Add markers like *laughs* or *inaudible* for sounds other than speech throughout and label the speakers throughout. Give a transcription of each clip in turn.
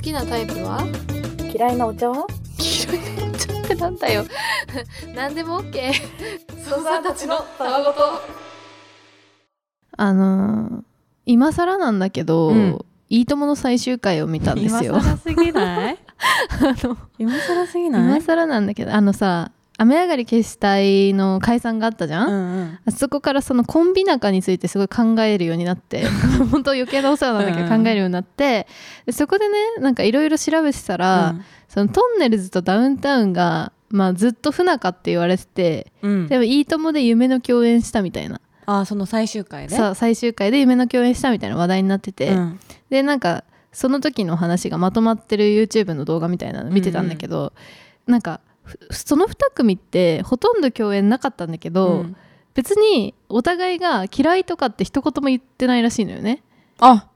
Speaker 1: きなタイプは
Speaker 2: 嫌いなお茶は
Speaker 1: 黄色いちょっとなんだよ *laughs* 何でも OK ソ
Speaker 2: ーサーたちのたわご
Speaker 1: と
Speaker 3: あのー今更なんだけど、
Speaker 2: うん
Speaker 3: いいともの最終回を見たんですよ。
Speaker 2: 今更すぎない
Speaker 3: あの
Speaker 2: 今更すぎな
Speaker 3: 今
Speaker 2: い
Speaker 3: 更なんだけどあのさ雨上がり決死隊の解散があったじゃん、
Speaker 2: ん
Speaker 3: あそこからそのコンビ仲についてすごい考えるようになって
Speaker 2: *laughs*
Speaker 3: 本当余計なお世話なんだけど
Speaker 2: うん
Speaker 3: 考えるようになって、でそこでねなんかいろいろ調べてたら、そのトンネルズとダウンタウンが、まあ、ずっと不仲って言われてて
Speaker 2: うん
Speaker 3: でも「いいとも!」で夢の共演したみたいな、
Speaker 2: あーその最終回で
Speaker 3: さ最終回で夢の共演したみたいな話題になってて、
Speaker 2: うん
Speaker 3: でなんかその時の話がまとまってる YouTube の動画みたいなの見てたんだけど、なんかふその2組ってほとんど共演なかったんだけど、
Speaker 2: うん
Speaker 3: 別にお互いが嫌いとかって一言も言ってないらしいのよね
Speaker 2: あ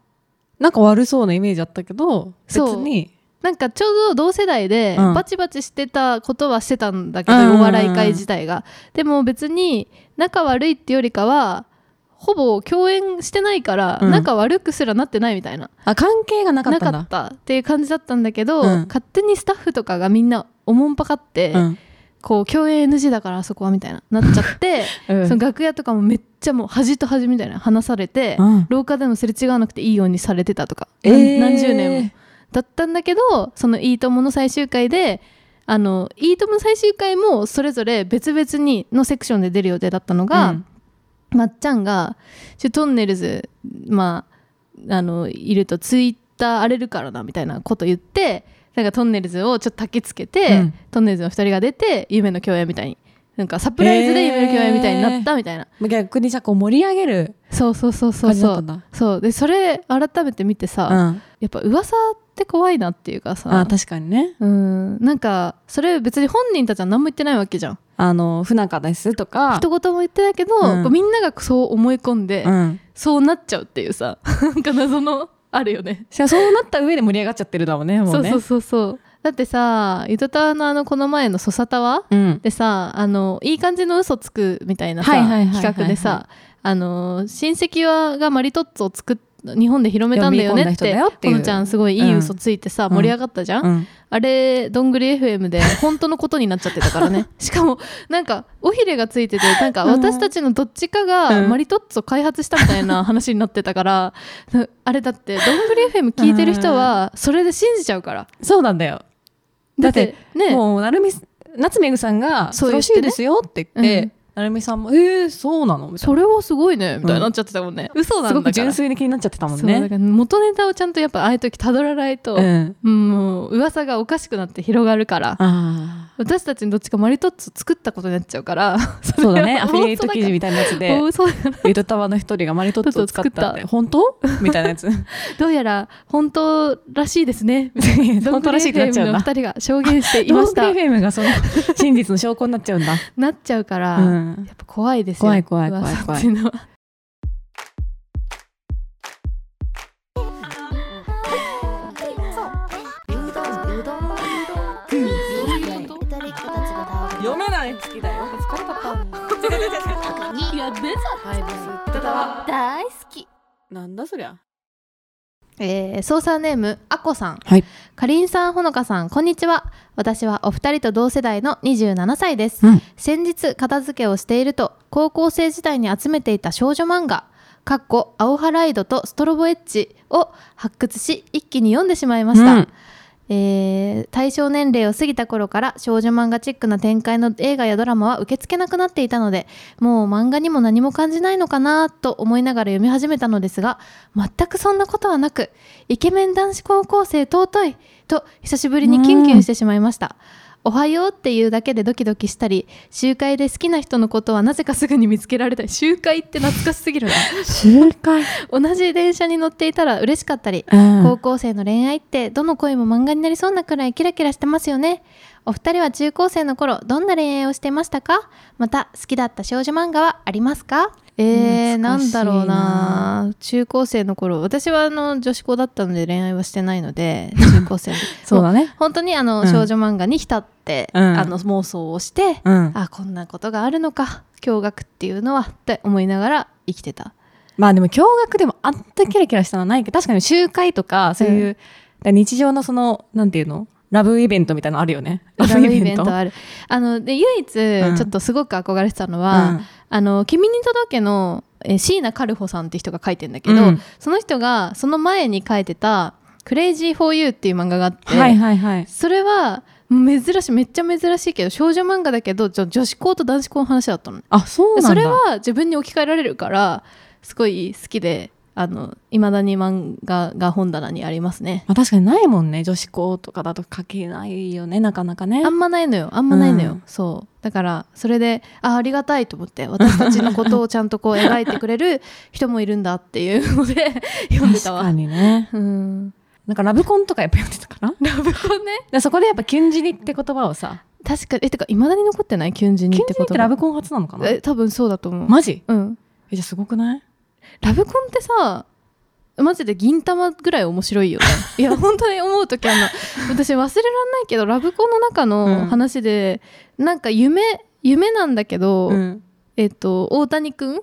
Speaker 2: なんか悪そうなイメージあったけど別
Speaker 3: そう
Speaker 2: に
Speaker 3: なんかちょうど同世代で
Speaker 2: うん
Speaker 3: バチバチしてたことはしてたんだけど、
Speaker 2: うんうんうん
Speaker 3: お笑い界自体がでも別に仲悪いってよりかはほぼ共演してないから
Speaker 2: うん
Speaker 3: 仲悪くすらなってないみたいな、
Speaker 2: あ関係がなかっ
Speaker 3: な
Speaker 2: た
Speaker 3: か
Speaker 2: んだ
Speaker 3: ったっていう感じだったんだけど、
Speaker 2: うん
Speaker 3: 勝手にスタッフとかがみんなおもんぱかって、
Speaker 2: うん
Speaker 3: こう共演 NG だからあそこはみたいななっちゃって
Speaker 2: *laughs* うん
Speaker 3: その楽屋とかもめっちゃもう端と端みたいな話されて、
Speaker 2: うん
Speaker 3: 廊下でもすれ違わなくていいようにされてたとか、
Speaker 2: えー
Speaker 3: 何何十年もだったんだけどその「いいとも!」の最終回で「あのいいとも!」の最終回もそれぞれ別々にのセクションで出る予定だったのが、
Speaker 2: うん
Speaker 3: まっちゃんがちょトンネルズ、まあ、あのいるとツイッター荒れるからなみたいなこと言ってなんかトンネルズをちょっと焚きつけて、
Speaker 2: うん
Speaker 3: トンネルズの2人が出て夢の共演みたいになんかサプライズで夢の共演みたいになったみたいな、
Speaker 2: 逆にじゃあこう盛り上げる
Speaker 3: そうそうそうそう
Speaker 2: 感じだ
Speaker 3: そ
Speaker 2: ったん
Speaker 3: う
Speaker 2: だ
Speaker 3: そうでそれ改めて見てさ、
Speaker 2: うん
Speaker 3: やっぱ噂って怖いなっていうかさ
Speaker 2: あ確かにね
Speaker 3: うんなんかそれ別に本人たちは何も言ってないわけじゃん
Speaker 2: あの不仲ですとか
Speaker 3: 一言も言ってないけど、
Speaker 2: うん
Speaker 3: こうみんながそう思い込んで、
Speaker 2: うん
Speaker 3: そうなっちゃうっていうさなんか謎のあるよね
Speaker 2: しかもそうなった上で盛り上がっちゃってるだもんねも
Speaker 3: そうう
Speaker 2: ね
Speaker 3: そうそうそうだってさ「ゆとたわ」のあのこの前の「そさたわ」
Speaker 2: うん
Speaker 3: でさあのいい感じの嘘つくみたいなさ
Speaker 2: はいはいはいはいはい
Speaker 3: 企画でさあの親戚はがマリトッツォを作っ日本で広めたんだよねっ
Speaker 2: 呼び込んだ人
Speaker 3: て
Speaker 2: だよってい
Speaker 3: こ
Speaker 2: う
Speaker 3: のちゃんすごいいい嘘ついてさ、
Speaker 2: うん
Speaker 3: 盛り上がったじゃん、
Speaker 2: うん
Speaker 3: あれどんぐり FM で本当のことになっちゃってたからねしかもなんか尾ひれがついててなんか
Speaker 2: うん
Speaker 3: 私たちのどっちかが
Speaker 2: うん
Speaker 3: マリトッツォ開発したみたいな話になってたから、 *laughs* なあれだってどんぐり FM 聞いてる人はそれで信じちゃうから
Speaker 2: そうなんだよだって
Speaker 3: ね
Speaker 2: もうなるみ夏めぐさんが「
Speaker 3: そう
Speaker 2: そう
Speaker 3: 言
Speaker 2: ら
Speaker 3: っ
Speaker 2: して
Speaker 3: ね
Speaker 2: いですよ」って言って、
Speaker 3: うん
Speaker 2: なるみさんも「えー、そうなの?」みたい
Speaker 3: それはすごいねみたいに
Speaker 2: うん
Speaker 3: なっちゃってたもんね、
Speaker 2: な嘘
Speaker 3: なんだから
Speaker 2: すごく純粋に気になっちゃってたもん
Speaker 3: そうだ
Speaker 2: ね
Speaker 3: から元ネタをちゃんとやっぱああいう時たどらないと、
Speaker 2: ん
Speaker 3: うんもう噂がおかしくなって広がるから
Speaker 2: あ
Speaker 3: 私たちのどっちかマリトッツォ作ったことになっちゃうから
Speaker 2: あ *laughs* そう
Speaker 3: そ
Speaker 2: だね
Speaker 3: れは
Speaker 2: アフィリエイト記事みたいなやつで
Speaker 3: *laughs* お嘘だから
Speaker 2: 「ゆとたわの一人がマリトッツォを使った」って「
Speaker 3: ト
Speaker 2: 本当?」みたいなや *laughs* つ
Speaker 3: どうやら本当らしいですね。
Speaker 2: *laughs* 本当らしくなっちゃうん
Speaker 3: ドン
Speaker 2: だ
Speaker 3: グリ FM の二人が証言していま
Speaker 2: *laughs*
Speaker 3: した。
Speaker 2: FM がその真実の証拠になっちゃうんだ、
Speaker 3: なっちゃうから、
Speaker 2: う
Speaker 3: や
Speaker 2: ん、
Speaker 3: っぱ怖いですよ。
Speaker 2: 怖い怖い怖い
Speaker 3: 噂
Speaker 2: 怖い
Speaker 3: ってうのは
Speaker 2: 読めない好きだよ *laughs*
Speaker 4: 大好き
Speaker 2: なんだそりゃ
Speaker 3: えー、操作ネームあこさん、
Speaker 2: はい、
Speaker 3: かりんさんほのかさんこんにちは私はお二人と同世代の27歳です、
Speaker 2: うん
Speaker 3: 先日片付けをしていると高校生時代に集めていた少女漫画「かっこアオハライド」と「ストロボエッジ」を発掘し一気に読んでしまいました、
Speaker 2: うん
Speaker 3: えー対象年齢を過ぎた頃から少女漫画チックな展開の映画やドラマは受け付けなくなっていたのでもう漫画にも何も感じないのかなと思いながら読み始めたのですが全くそんなことはなくイケメン男子高校生尊いと久しぶりにキュンキュンしてしまいました。おはようっていうだけでドキドキしたり集会で好きな人のことはなぜかすぐに見つけられたり集会って懐かしすぎるな
Speaker 2: 集会、
Speaker 3: 同じ電車に乗っていたら嬉しかったり
Speaker 2: うん
Speaker 3: 高校生の恋愛ってどの恋も漫画になりそうなくらいキラキラしてますよねお二人は中高生の頃どんな恋愛をしてましたかまた好きだった少女漫画はありますかえー、な
Speaker 2: 懐か
Speaker 3: ん
Speaker 2: し
Speaker 3: だろ
Speaker 2: いな
Speaker 3: うな中高生の頃私はあの女子校だったので恋愛はしてないの
Speaker 2: *laughs*
Speaker 3: で中高生の
Speaker 2: そうだね
Speaker 3: 本当にあの、
Speaker 2: うん
Speaker 3: 少女漫画に浸って、
Speaker 2: うん
Speaker 3: あの妄想をして、
Speaker 2: うん
Speaker 3: あこんなことがあるのか驚愕っていうのはって思いながら生きてた
Speaker 2: まあでも驚愕でもあんたキラキラしたのはないけど確かに集会とかそういうら日常のそのなんていうのラブイベントみたいなのあるよね
Speaker 3: ラブイベントあるあので唯一
Speaker 2: うん
Speaker 3: ちょっとすごく憧れてたのは「あの君に届けの」えー椎名カルホさんって人が書いてんだけど、
Speaker 2: うん
Speaker 3: その人がその前に書いてた「クレイジー・フォー・ユー」っていう漫画があって、
Speaker 2: はいはいはい
Speaker 3: それは珍しいめっちゃ珍しいけど少女漫画だけどちょ女子校と男子校の話だったの
Speaker 2: あそうなんだ
Speaker 3: それは自分に置き換えられるからすごい好きでいまだに漫画が本棚にありますね
Speaker 2: まあ、確かにないもんね女子校とかだと書けないよねなかなかね
Speaker 3: あんまないのよあんまないのよ、
Speaker 2: うん
Speaker 3: そうだからそれであありがたいと思って私たちのことをちゃんと *laughs* こう描いてくれる人もいるんだっていうので読んで
Speaker 2: 確
Speaker 3: た
Speaker 2: か
Speaker 3: わ
Speaker 2: にね
Speaker 3: うん
Speaker 2: なんかラブコンとかやっぱ読んでたから
Speaker 3: ラブコンね
Speaker 2: でそこでやっぱキュンジリって言葉をさ
Speaker 3: 確かえてかいまだに残ってないキュンジニ
Speaker 2: キ
Speaker 3: っ
Speaker 2: ュン
Speaker 3: て
Speaker 2: ジリ
Speaker 3: こ
Speaker 2: って
Speaker 3: と
Speaker 2: ラブコン初なのかな
Speaker 3: え多分そうだと思う、
Speaker 2: マジ
Speaker 3: うん
Speaker 2: えじゃあすごくない
Speaker 3: ラブコンってさマジで銀玉ぐらい面白い *laughs* よねいや本当に思う時あんの私忘れらんないけどラブコンの中
Speaker 2: うん
Speaker 3: の話で、なんか夢夢なんだけど、
Speaker 2: うん
Speaker 3: えっと大谷くん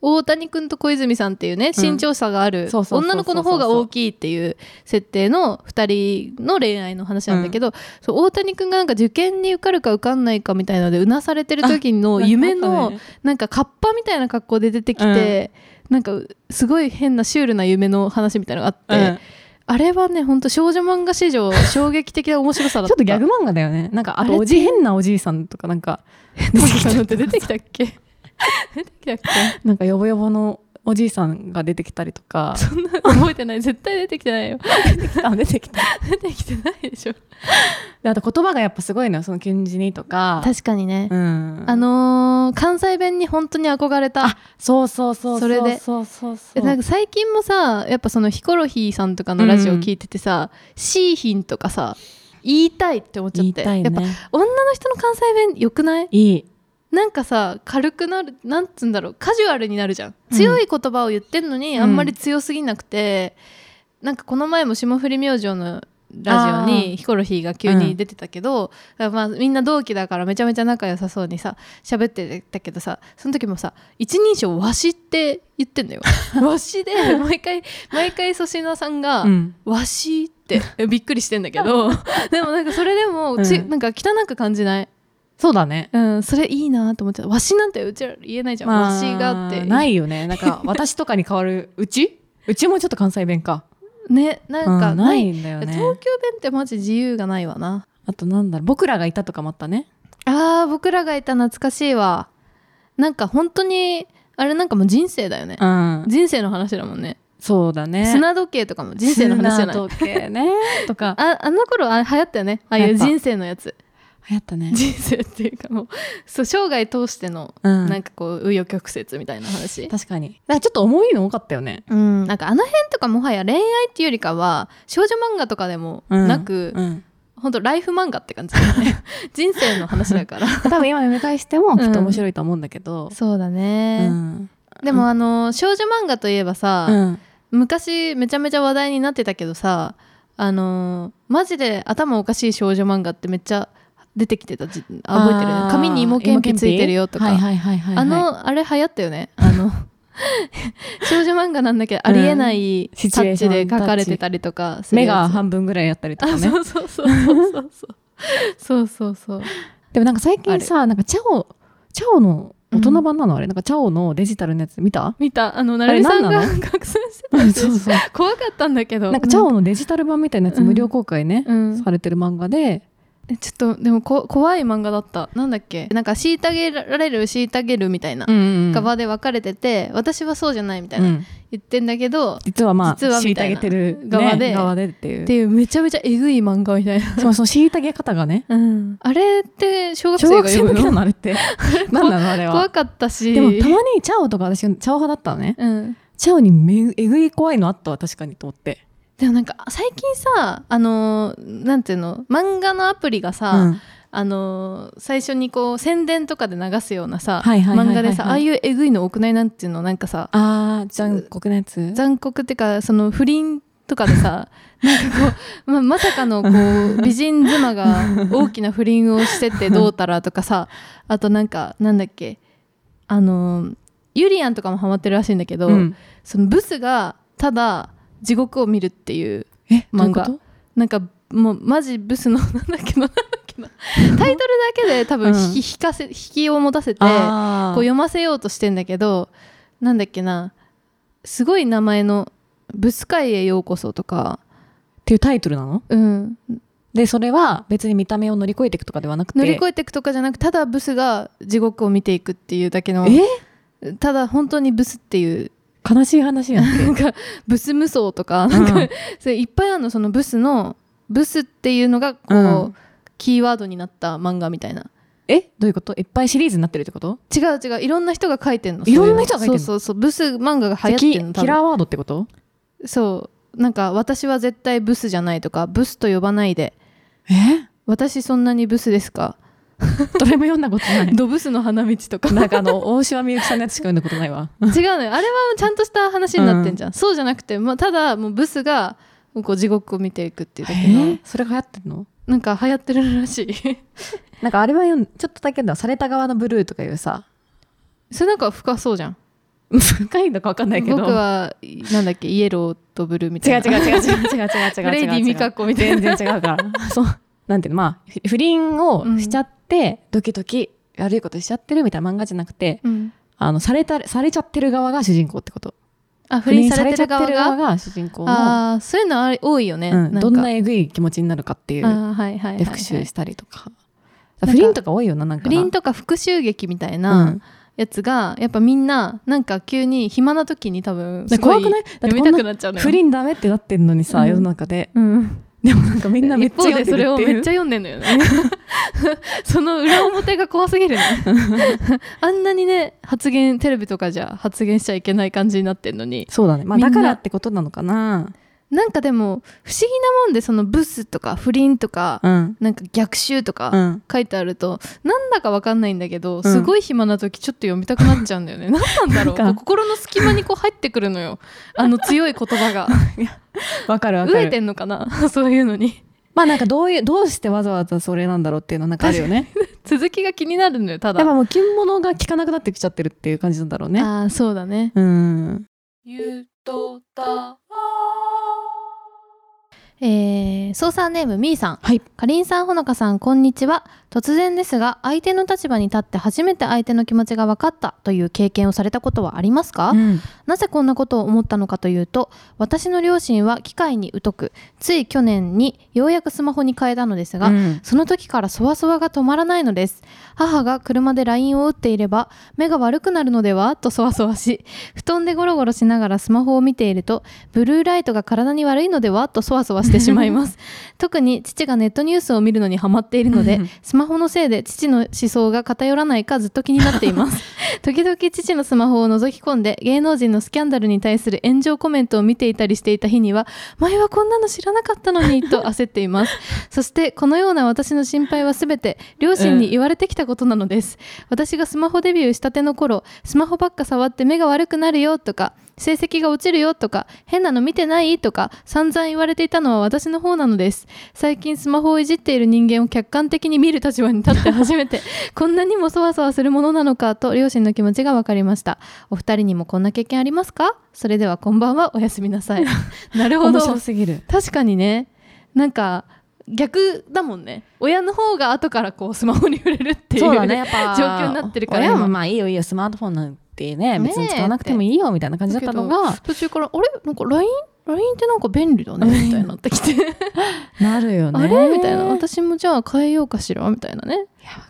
Speaker 3: 大谷くんと小泉さんっていうね身長差がある
Speaker 2: そうそうそうそう
Speaker 3: 女の子の方が大きいっていう設定の2人の恋愛の話なんだけど、そう大谷くんがなんか受験に受かるか受かんないかみたいのでうなされてる時の夢のなんかカッパみたいな格好で出てきて、なんかすごい変なシュールな夢の話みたいなのがあって、
Speaker 2: うん
Speaker 3: あれはねほんと少女漫画史上衝撃的な面白さだっ
Speaker 2: ち
Speaker 3: た
Speaker 2: ょっとギャグ漫画だよねなんかあ
Speaker 3: あ
Speaker 2: と
Speaker 3: れ
Speaker 2: おじ変なおじいさんとかなん *laughs* か出てきた
Speaker 3: *laughs* なんか出てきたっ
Speaker 2: *laughs*
Speaker 3: け出てきたっけ
Speaker 2: なんかヨボヨボのおじいさんが出てきたりとか
Speaker 3: そんな覚えてない絶対出てきてないよ
Speaker 2: あ出てきた
Speaker 3: 出てきてないでしょ
Speaker 2: *laughs* であと言葉がやっぱすごいのよそのキュンジニとか
Speaker 3: 確かにね、
Speaker 2: うん
Speaker 3: あのー関西弁に本当に憧れた
Speaker 2: そうそうそう
Speaker 3: それで
Speaker 2: そうそうそ
Speaker 3: え
Speaker 2: う
Speaker 3: なんか最近もさやっぱそのヒコロヒーさんとかのラジオ聞いててさ「シーヒン」とかさ言いたいって思っちゃっ
Speaker 2: 言い
Speaker 3: て
Speaker 2: たい
Speaker 3: やっぱ
Speaker 2: ね
Speaker 3: 女の人の関西弁よくない
Speaker 2: いい
Speaker 3: なんかさ軽くなるなんつうんだろうカジュアルになるじゃん
Speaker 2: うん
Speaker 3: 強い言葉を言ってんのに、
Speaker 2: うん
Speaker 3: あんまり強すぎなくてなんかこの前も霜降り明星のラジオ
Speaker 2: あー
Speaker 3: にヒコロヒーが急に出てたけど、まあ、みんな同期だからめちゃめちゃ仲良さそうにさ喋ってたけどさその時もさ一人称「わし」って言ってんの
Speaker 2: *laughs*
Speaker 3: よ。わしで毎回毎回粗品さんが「
Speaker 2: うん
Speaker 3: わし」ってびっくりしてんだけ
Speaker 2: *laughs*
Speaker 3: どでもなんかそれでもつい、
Speaker 2: うん
Speaker 3: なんか汚く感じない
Speaker 2: そうだね
Speaker 3: うん、それいいなと思ってたわしなんてうちら言えないじゃん、
Speaker 2: まあ
Speaker 3: わしがって
Speaker 2: ないよねなんか私とかに変わる
Speaker 3: *laughs*
Speaker 2: うちうちもちょっと関西弁か
Speaker 3: ねなんか
Speaker 2: うんな
Speaker 3: ない,、
Speaker 2: いんだよね
Speaker 3: 東京弁ってマジ自由がないわな
Speaker 2: あとなんだろう僕らがいたとかもあったね
Speaker 3: あー僕らがいた懐かしいわなんか本当にあれなんかもう人生だよね、
Speaker 2: うん
Speaker 3: 人生の話だもんね
Speaker 2: そうだね
Speaker 3: 砂時計とかも人生の話じゃない
Speaker 2: 砂時計ねとか
Speaker 3: *laughs* ああの頃あ流行ったよねああいう
Speaker 2: 流行った
Speaker 3: 人生のやつ
Speaker 2: 流行ったね
Speaker 3: 人生っていうかもうそう生涯通しての
Speaker 2: うん
Speaker 3: なんかこう紆余曲折みたいな話
Speaker 2: 確かになんかちょっと重いの多かったよね
Speaker 3: うん、なんかあの辺とかもはや恋愛っていうよりかは少女漫画とかでも
Speaker 2: うん
Speaker 3: なく、
Speaker 2: うん
Speaker 3: ほんとライフ漫画って感じだよ
Speaker 2: *laughs*
Speaker 3: ね人生の話だから
Speaker 2: 多分今読み返してもきっと面白いと思うんだけど
Speaker 3: そうだ
Speaker 2: う
Speaker 3: ね、
Speaker 2: ん
Speaker 3: でもあの少女漫画といえばさ、
Speaker 2: うん
Speaker 3: 昔めちゃめちゃ話題になってたけどさあのーマジで頭おかしい少女漫画ってめっちゃ出てきてたじあ覚えて
Speaker 2: あ
Speaker 3: る
Speaker 2: ー
Speaker 3: 紙に芋けんぴついてるよとか、
Speaker 2: はいはいはいはいはい
Speaker 3: あのあれ流行ったよ
Speaker 2: *laughs*
Speaker 3: ねあの少女漫画なんだけどありえない
Speaker 2: シチ
Speaker 3: タ
Speaker 2: ュエ
Speaker 3: ッ
Speaker 2: ーシ
Speaker 3: チ
Speaker 2: ョ
Speaker 3: で
Speaker 2: ン
Speaker 3: 書かれてたりとかする
Speaker 2: 目
Speaker 3: やつ
Speaker 2: が半分ぐらいやったりとか
Speaker 3: あ
Speaker 2: ね
Speaker 3: そうそうそうそうそうそうそうそうそう
Speaker 2: でもなんか最近さなんかチャオチャオの大人版なのあれなんかチャオのデジタルのやつ見た
Speaker 3: 見たあの成美さんが
Speaker 2: あれ何
Speaker 3: 拡散してた
Speaker 2: そ
Speaker 3: や
Speaker 2: う
Speaker 3: つ
Speaker 2: そう
Speaker 3: 怖かったんだけど
Speaker 2: *laughs* なんかチャオのデジタル版みたいなやつ
Speaker 3: うん
Speaker 2: 無料公開ね、
Speaker 3: うん
Speaker 2: されてる漫画で
Speaker 3: えちょっとでもこ怖い漫画だったなんだっけなんか虐げられる虐げるみたいな、
Speaker 2: うん
Speaker 3: 側で分かれてて私はそうじゃないみたいな、
Speaker 2: うん
Speaker 3: 言ってんだけどっ
Speaker 2: 実はまあ
Speaker 3: 実はみたいな
Speaker 2: 虐げてる、ね、
Speaker 3: 側で
Speaker 2: 側でっていう
Speaker 3: ていうめちゃめちゃえぐい漫画みたいな、
Speaker 2: そもそも虐げ方がね
Speaker 3: うん、あれって小学
Speaker 2: 小
Speaker 3: 生
Speaker 2: 学
Speaker 3: が
Speaker 2: 生
Speaker 3: 読む
Speaker 2: 向けな
Speaker 3: の
Speaker 2: のあれって *laughs* 何なのあれ
Speaker 3: 怖
Speaker 2: は
Speaker 3: かったし
Speaker 2: でもたまにチャオとか私チャオ派だったのね
Speaker 3: うん、
Speaker 2: チャオにめえぐい怖いのあったわ確かにと思って
Speaker 3: でもなんか最近さあのーなんていうの漫画のアプリがさ、
Speaker 2: うん
Speaker 3: あのー最初にこう宣伝とかで流すようなさ
Speaker 2: はいはいはいはいはい
Speaker 3: 漫画でさああいうえぐいの多くないなんていうのなんかさ
Speaker 2: あー残酷なやつ
Speaker 3: 残酷ってかその不倫とかで
Speaker 2: *laughs*
Speaker 3: さなんかこう、ままさかのこう美人妻が大きな不倫をしててどうたらとかさあとなんかなんだっけあのーユリアンとかもハマってるらしいんだけど、
Speaker 2: うん
Speaker 3: そのブスがただ地獄を見るっていう
Speaker 2: えどう
Speaker 3: 漫
Speaker 2: いうこ
Speaker 3: 画
Speaker 2: と
Speaker 3: なんかもうマジブスのなんだっけななんだっけ
Speaker 2: *laughs*
Speaker 3: なタイトルだけで多分
Speaker 2: うん
Speaker 3: 引き,、引かせ引きを持たせてこう
Speaker 2: あー
Speaker 3: 読ませようとしてんだけどなんだっけなすごい名前の「ブス界へようこそ」とか、
Speaker 2: っていうタイトルなの
Speaker 3: うん、
Speaker 2: でそれは別に見た目を乗り越えていくとかではなくて
Speaker 3: 乗り越えていくとかじゃなくただブスが地獄を見ていくっていうだけの
Speaker 2: え
Speaker 3: ただ本当にブスっていう
Speaker 2: 悲しい話 *laughs* やん
Speaker 3: なんかブス無双とかなんか、それいっぱいあるのそのブスのブスっていうのがこう、
Speaker 2: うん
Speaker 3: キーワードになった漫画みたいな
Speaker 2: えどういうこといっぱいシリーズになってるってこと
Speaker 3: 違う違ういろんな人が書いてんの
Speaker 2: いろんな人が書いてんの
Speaker 3: そうそうそうブス漫画が流行ってんの
Speaker 2: キ
Speaker 3: 多
Speaker 2: キラ
Speaker 3: 分
Speaker 2: ーワードってこと
Speaker 3: そうなんか私は絶対ブスじゃないとかブスと呼ばないで
Speaker 2: え
Speaker 3: 私そんなにブスですか
Speaker 2: どれも読んだことな *laughs* い
Speaker 3: ドブスの花道と
Speaker 2: *laughs*
Speaker 3: か
Speaker 2: なんかあの大島みゆきさんのやつしか読んだことないわ
Speaker 3: 違うのよあれはちゃんとした話になってんじゃん、そうじゃなくて、まあ、ただもうブスがこう地獄を見ていくっていうだけの、
Speaker 2: それが流行ってるの
Speaker 3: なんか流行ってるらしい *laughs*
Speaker 2: なんかあれは読んちょっとだけだされた側のブルーとかいうさ
Speaker 3: それなんか深そうじゃん
Speaker 2: 深いのか分かんないけど
Speaker 3: 僕はいなんだっけイエローとブルーみ
Speaker 2: 違う
Speaker 3: たいな
Speaker 2: 違う
Speaker 3: う
Speaker 2: 違う違う違う違う違う違う
Speaker 3: フレディ・ミカコみたい
Speaker 2: 全
Speaker 3: な
Speaker 2: 然違うから *laughs* そうなんていうのまあふ不倫をしちゃって、ドキドキ悪いことしちゃってるみたいな漫画じゃなくて
Speaker 3: うん
Speaker 2: あのされたされちゃってる側が主人公ってこと
Speaker 3: あ不倫されてる側
Speaker 2: 不倫されち
Speaker 3: が
Speaker 2: ゃってる側が主人公の、
Speaker 3: ああそういうのあれ多いよね、
Speaker 2: うん、
Speaker 3: か
Speaker 2: どんなえぐい気持ちになるかってい
Speaker 3: あ
Speaker 2: う
Speaker 3: ーはいはいはいはい
Speaker 2: で復讐したりとか
Speaker 3: なんか
Speaker 2: 不倫とか多いよななんか
Speaker 3: 不
Speaker 2: な
Speaker 3: 倫とか復讐劇みたいなやつが、やっぱみんななんか急に暇な時に多分
Speaker 2: うん、です
Speaker 3: ご
Speaker 2: 怖くないだっ
Speaker 3: 読み
Speaker 2: てこん
Speaker 3: た
Speaker 2: な
Speaker 3: くなっちゃうのよ
Speaker 2: 不倫ダメってなってんのにさ、
Speaker 3: うん
Speaker 2: 世の中で
Speaker 3: うん、
Speaker 2: でもなんかみんなめっ
Speaker 3: 一
Speaker 2: ちゃ
Speaker 3: 方で
Speaker 2: 読んで
Speaker 3: それ
Speaker 2: るっ
Speaker 3: を
Speaker 2: て
Speaker 3: め
Speaker 2: い
Speaker 3: っ
Speaker 2: う
Speaker 3: ちゃ読んでんのよ
Speaker 2: *laughs*
Speaker 3: ねその裏表が怖すぎるねあんなにね発言テレビとかじゃ発言しちゃいけない感じになってんのに
Speaker 2: そうだねまあ
Speaker 3: みんな
Speaker 2: だからってことなのかな
Speaker 3: なんかでも不思議なもんでそのブスとか不倫とか、
Speaker 2: うん
Speaker 3: なんか逆襲と
Speaker 2: う
Speaker 3: か
Speaker 2: ん
Speaker 3: 書いてあると、なんだかわかんないんだけど、
Speaker 2: ん
Speaker 3: すごい暇な時ちょっと読みたくなっちゃうんだ
Speaker 2: *laughs*
Speaker 3: よね何なんだろう
Speaker 2: なんか
Speaker 3: 心の隙間にこう入ってくるの
Speaker 2: *laughs*
Speaker 3: よあの強い言葉が
Speaker 2: わかるわかる
Speaker 3: 飢えてんのかな *laughs* そういうのに
Speaker 2: まあなんかどういうどうしてわざわざそれなんだろうっていうのなんかあるよね。
Speaker 3: 続きが気になるのよただ
Speaker 2: *laughs* やっぱもう金物が効かなくなってきちゃってるっていう感じなんだろうね。
Speaker 3: ああそうだね
Speaker 2: うん。
Speaker 1: ゆとた
Speaker 3: えー、操作ネームみーさん
Speaker 2: はい。
Speaker 3: かりんさんほのかさんこんにちは突然ですが相手の立場に立って初めて相手の気持ちが分かったという経験をされたことはありますか、
Speaker 2: うん
Speaker 3: なぜこんなことを思ったのかというと私の両親は機械に疎くつい去年にようやくスマホに変えたのですが、
Speaker 2: うん
Speaker 3: その時からそわそわが止まらないのです母が車で LINE を打っていれば目が悪くなるのではとそわそわし布団でゴロゴロしながらスマホを見ているとブルーライトが体に悪いのではとそわそわしてしまいます
Speaker 2: *laughs*
Speaker 3: 特に父がネットニュースを見るのにハマっているのでスマホのせいで父の思想が偏らないかずっと気になっています
Speaker 2: *laughs*
Speaker 3: 時々父のスマホを覗き込んで芸能人のスキャンダルに対する炎上コメントを見ていたりしていた日には前はこんなの知らなかったのにと焦っていますそしてこのような私の心配はすべて両親に言われてきたことなのです、私がスマホデビューしたての頃スマホばっか触って目が悪くなるよとか成績が落ちるよとか変なの見てないとか散々言われていたのは私の方なのです最近スマホをいじっている人間を客観的に見る立場に立って初めてこんなにもそわそわするものなのかと両親の気持ちが分かりましたお二人にもこんな経験ありますかそれではこんばんはおやすみなさい *laughs* なるほ
Speaker 2: 面
Speaker 3: ど
Speaker 2: 白すぎる。
Speaker 3: 確かにねなんか逆だもんね親の方が後からこうスマホに触れるっていう
Speaker 2: そう *laughs* だね。やっぱ
Speaker 3: 状況になってるから
Speaker 2: 親も
Speaker 3: 今
Speaker 2: まあいいよいいよスマートフォンなんて
Speaker 3: ね
Speaker 2: ね
Speaker 3: え
Speaker 2: 別に使わなくてもいいよみたいな感じだったのが
Speaker 3: 途中からあれなんか LINE, LINE ってなんか便利だねみたいになってきて
Speaker 2: なるよね。
Speaker 3: *laughs* あれみたいない
Speaker 2: やわ
Speaker 3: 私もじゃあ変えようかしらみたいなね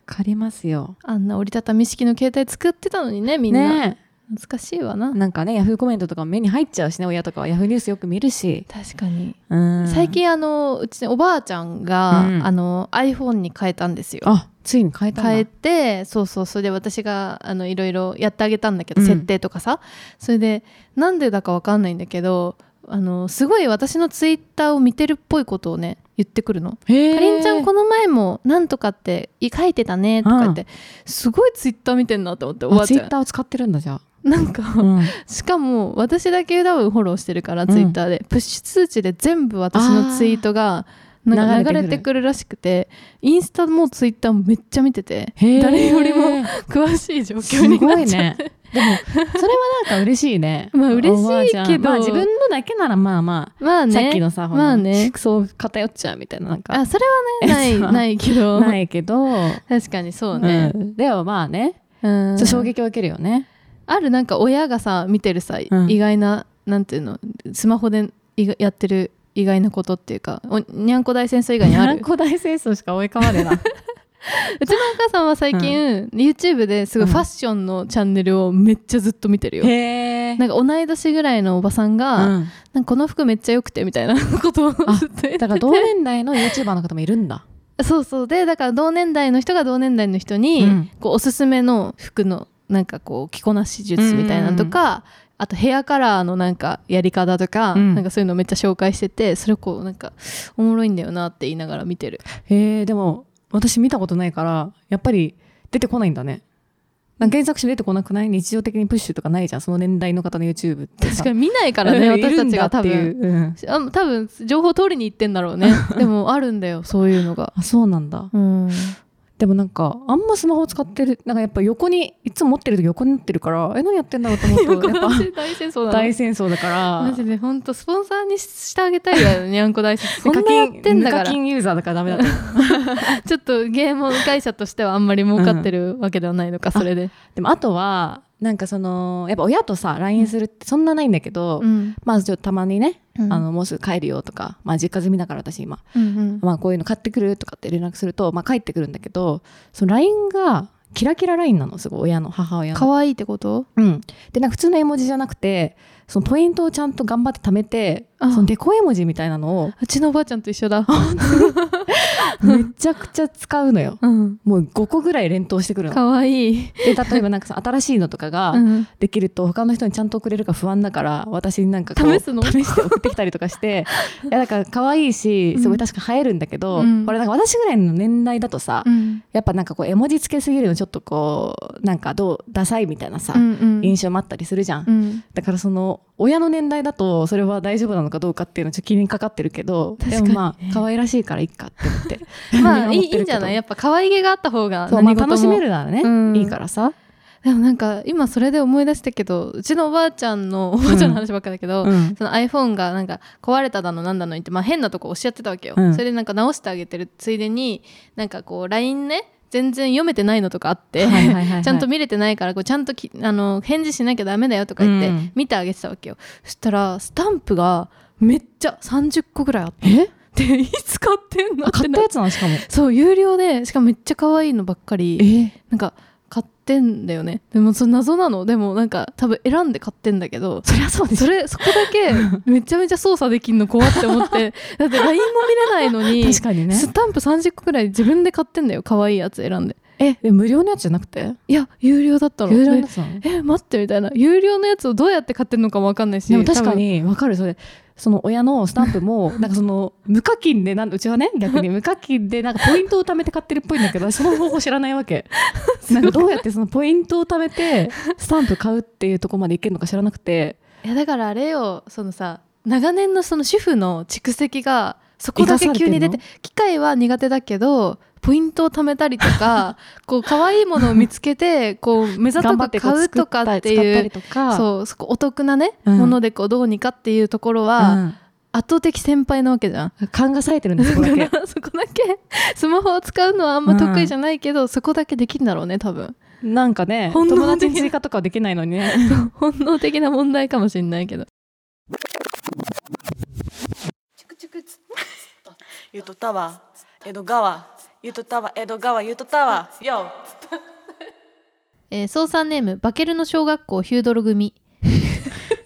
Speaker 2: かりますよ。
Speaker 3: あんな折りたたみ式の携帯作ってたのにねみんな、
Speaker 2: ね
Speaker 3: 懐かしいわな
Speaker 2: えなんかねヤフーコメントとかも目に入っちゃうしね親とかはヤフーニュースよく見るし。
Speaker 3: 確かに、
Speaker 2: うん
Speaker 3: 最近あのうちのおばあちゃんが、
Speaker 2: うん
Speaker 3: あの iPhone に変えたんですよ
Speaker 2: あついに変えたんだ
Speaker 3: 変えてそうそうそれで私があのいろいろやってあげたんだけど、
Speaker 2: うん
Speaker 3: 設定とかさそれでなんでだかわかんないんだけどあのすごい私のツイッターを見てるっぽいことをね言ってくるの。
Speaker 2: へえ
Speaker 3: かりんちゃんこの前も「なんとかって書いてたね」とか言って、すごいツイッター見てんなと思っておばあ
Speaker 2: あツ
Speaker 3: ち
Speaker 2: イ
Speaker 3: ゃ
Speaker 2: ッ
Speaker 3: ん
Speaker 2: ターを使ってるんだじゃあ。
Speaker 3: なんか、
Speaker 2: うん
Speaker 3: *laughs* しかも私だけ多分フォローしてるから
Speaker 2: ん
Speaker 3: ツイッターで、プッシュ通知で全部私のツイートがなんか
Speaker 2: 流
Speaker 3: 流
Speaker 2: れてくる
Speaker 3: れてくるらしくてインスタもツイッターもめっちゃ見てて
Speaker 2: へー
Speaker 3: 誰よりも詳しい状況
Speaker 2: す
Speaker 3: に
Speaker 2: ご
Speaker 3: なっ
Speaker 2: い
Speaker 3: ちゃ
Speaker 2: ね
Speaker 3: って、
Speaker 2: でもそれはなんか嬉しいね
Speaker 3: *laughs* まあ嬉しい
Speaker 2: おばあちゃん
Speaker 3: けど
Speaker 2: まあ自分のだけならまあま
Speaker 3: まあ
Speaker 2: あ、
Speaker 3: ね
Speaker 2: さっきのさほら、
Speaker 3: まあね
Speaker 2: そう偏っちゃうみたいななんか
Speaker 3: あそれはねない
Speaker 2: *laughs* そう
Speaker 3: ないけど
Speaker 2: ないけど
Speaker 3: 確かにそうね、
Speaker 2: うんでもまあね
Speaker 3: うん
Speaker 2: ちょっと衝撃を受けるよね、
Speaker 3: あるなんか親がさ見てるさ、
Speaker 2: うん
Speaker 3: 意外ななんていうのスマホでいがやってる意外なことっていうかおにゃんこ大戦争以外にある
Speaker 2: んこ大戦争しか追いかわれな
Speaker 3: *laughs* うちのお母さんは最近、YouTube ですごいファッションのチャンネルをめっちゃずっと見てるよ、
Speaker 2: へえ
Speaker 3: なんか同い年ぐらいのおばさんが、なんかこの服めっちゃ良くてみたいなことをずっ
Speaker 2: あ
Speaker 3: と言っ
Speaker 2: だから同年代の YouTuber の方もいるんだ
Speaker 3: てそうそうでだから同年代の人が同年代の人に、
Speaker 2: うん
Speaker 3: こうおすすめの服のなんかこう着こなし術みたいなのとか、あとヘアカラーのなんかやり方とか、
Speaker 2: うん
Speaker 3: なんかそういうのめっちゃ紹介しててそれこうなんかおもろいんだよなって言いながら見てる
Speaker 2: へえでも私見たことないからやっぱり出てこないんだねなんか検索して出てこなくない日常的にプッシュとかないじゃんその年代の方の YouTube って
Speaker 3: 確
Speaker 2: さ
Speaker 3: かに見ないからね
Speaker 2: い
Speaker 3: 私
Speaker 2: る
Speaker 3: た
Speaker 2: ん
Speaker 3: ち
Speaker 2: だ
Speaker 3: が
Speaker 2: って
Speaker 3: 多
Speaker 2: い
Speaker 3: 分
Speaker 2: ううん
Speaker 3: あ多分情報取りに行ってんだろう
Speaker 2: *laughs*
Speaker 3: ねでもあるんだよそういうのが
Speaker 2: あそうなんだ
Speaker 3: うん
Speaker 2: でもなんかあんまスマホ使ってるなんかやっぱ横にいつも持ってる時横になってるからえ何やってんだろうと思う
Speaker 3: *laughs*
Speaker 2: と
Speaker 3: 横
Speaker 2: やっ
Speaker 3: 出
Speaker 2: ぱ
Speaker 3: し大戦争だ
Speaker 2: 大戦争だか
Speaker 3: マ
Speaker 2: ら
Speaker 3: ジで本当スポンサーにしてあげたいよ
Speaker 2: *laughs*
Speaker 3: ねにゃんこ大戦
Speaker 2: で
Speaker 3: 争そんなやってんだか
Speaker 2: 課
Speaker 3: ら
Speaker 2: 金ユーザーだからダメだと思
Speaker 3: *laughs*
Speaker 2: う
Speaker 3: ちょっとゲーム会社としてはあんまり儲かってるわけではないのか、
Speaker 2: うん
Speaker 3: それで、
Speaker 2: でもあとはなんかそのやっぱ親とさ LINE するってそんなないんだけど、
Speaker 3: ん
Speaker 2: まあちょっとたまにね、
Speaker 3: うん
Speaker 2: あのもうすぐ帰るよとか、まあ、実家済みだから私今、
Speaker 3: うんうん
Speaker 2: まあ、こういうの買ってくるとかって連絡すると、まあ、帰ってくるんだけどその LINE がキラキラ LINE なのすごい親の母親の
Speaker 3: 可愛いってこと
Speaker 2: うん、でなんか普通の絵文字じゃなくてそのポイントをちゃんと頑張って貯めて
Speaker 3: あ
Speaker 2: そのデコ絵文字みたいなのを
Speaker 3: うちのおばあちゃんと一緒だ、
Speaker 2: めちゃくちゃ使うのよ。
Speaker 3: うん、
Speaker 2: もう5個ぐらい連投してくるの。
Speaker 3: 可愛い
Speaker 2: で例えばなんかさ新しいのとかが
Speaker 3: うん
Speaker 2: できると他の人にちゃんと送れるか不安だから私になんかこう
Speaker 3: 試すの
Speaker 2: 試して送ってきたりとかして
Speaker 3: *laughs*
Speaker 2: いやだから可愛いしすごい確か映えるんだけど、
Speaker 3: うん
Speaker 2: これなんか私ぐらいの年代だとさ、
Speaker 3: うん
Speaker 2: やっぱなんかこう絵文字つけすぎるのちょっとこうなんかどうダサいみたいなさ、
Speaker 3: うんうん
Speaker 2: 印象もあったりするじゃん
Speaker 3: う、ん
Speaker 2: だからその親の年代だとそれは大丈夫なのかどうかっていうのちょっと気にかかってるけど、
Speaker 3: 確か
Speaker 2: で
Speaker 3: に
Speaker 2: もまあ可愛らしいからいいかって思って *laughs*
Speaker 3: まあいい
Speaker 2: 思っ
Speaker 3: いい
Speaker 2: て
Speaker 3: ん
Speaker 2: る
Speaker 3: じ
Speaker 2: けど
Speaker 3: ゃないやっぱ可愛げがあった方が
Speaker 2: そうま
Speaker 3: 何
Speaker 2: あ
Speaker 3: 事も、
Speaker 2: 楽しめるならね、
Speaker 3: うん
Speaker 2: いいからさ、
Speaker 3: でもなんか今それで思い出したけどうちのおばあちゃんのおばあちゃんの話ばっかだけど、
Speaker 2: うん
Speaker 3: その iPhone がなんか壊れただのなんだの言って、まあ、変なとこ押しちゃってたわけよ、
Speaker 2: うん
Speaker 3: それでなんか直してあげてるついでになんかこう LINE ね全然読めてないのとかあって、
Speaker 2: はいはいはいは
Speaker 3: *laughs*
Speaker 2: い
Speaker 3: ちゃんと見れてないからこうちゃんときあの返事しなきゃダメだよとか言って、
Speaker 2: うん
Speaker 3: 見てあげてたわけよそしたらスタンプがめっちゃ30個ぐらいあって
Speaker 2: え
Speaker 3: でいつ買ってんの
Speaker 2: あ買
Speaker 3: っ
Speaker 2: ってた
Speaker 3: な
Speaker 2: やつなのしかも
Speaker 3: そう有料でしかもめっちゃ可愛いのばっかり
Speaker 2: え
Speaker 3: なんか買ってんだよねでもそれ謎なのでもなんか多分選んで買ってんだけど
Speaker 2: そりゃそうでし
Speaker 3: そ
Speaker 2: ょ
Speaker 3: れそこだけ
Speaker 2: *laughs*
Speaker 3: めちゃめちゃ操作できんの怖って思ってだって LINE も見れないのに
Speaker 2: 確かにね
Speaker 3: スタンプ30個くらい自分で買ってんだよ可愛いやつ選んで
Speaker 2: えで無料のやつじゃなくて
Speaker 3: いや有料だったの
Speaker 2: 有料のやつなの
Speaker 3: ええ待ってみたいな有料のやつをどうやって買ってんのかも分かんないし
Speaker 2: でも確かにわかるそれその親のスタンプ *laughs* もなんかその無課金でなんうちは *laughs* ね逆に無課金でなんかポイントを貯めて買ってるっぽいんだけどその方法知らないわけなんかどうや *laughs* ってそのポイントを貯めてスタンプ買うっていうところまでいけるのか知らなくて
Speaker 3: 多分いやだからあれよそのさ長年のその主婦の蓄積がそこだけ急に出て
Speaker 2: 生か
Speaker 3: 機械は苦手だけどポイントを貯めたりとかこう可愛いものを見つけてこう目ざと
Speaker 2: 頑張
Speaker 3: く
Speaker 2: って
Speaker 3: 買うとかっていう
Speaker 2: こう作ったり使ったりとかう、
Speaker 3: そうそこお得なね、
Speaker 2: うん
Speaker 3: ものでこうどうにかっていうところは、圧倒的先輩なわけじゃん。
Speaker 2: ん、勘がされてるんですそこだけ *laughs*
Speaker 3: だ *laughs* からそこだけスマホを使うのはあんま得意じゃないけど、そこだけできるんだろうね多分
Speaker 2: なんかね
Speaker 3: 本能的
Speaker 2: 友達に追加とかはできないのにね
Speaker 3: 本能的な問題かもしれないけど
Speaker 4: ゆとたわ、江戸川、ゆとたわ、江戸川、ゆとたわ、よ。
Speaker 3: えー、操作ネームバケルの小学校ヒュードロ組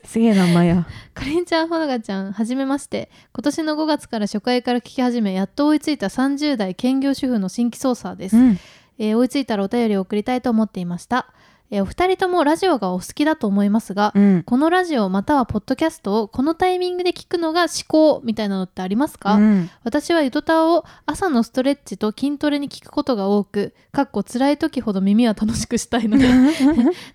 Speaker 2: すげえ名前や
Speaker 3: かりんちゃんほのかちゃんはじめまして今年の5月から初回から聞き始めやっと追いついた30代兼業主婦の新規操作です、
Speaker 2: ん
Speaker 3: えー追いついたらお便りを送りたいと思っていました、えーお二人ともラジオがお好きだと思いますが、
Speaker 2: うん
Speaker 3: このラジオまたはポッドキャストをこのタイミングで聞くのが思考みたいなのってありますか、
Speaker 2: *laughs*
Speaker 3: 私はゆとたわを朝のストレッチと筋トレに聞くことが多くかっこ辛い時ほど耳は楽しくしたいので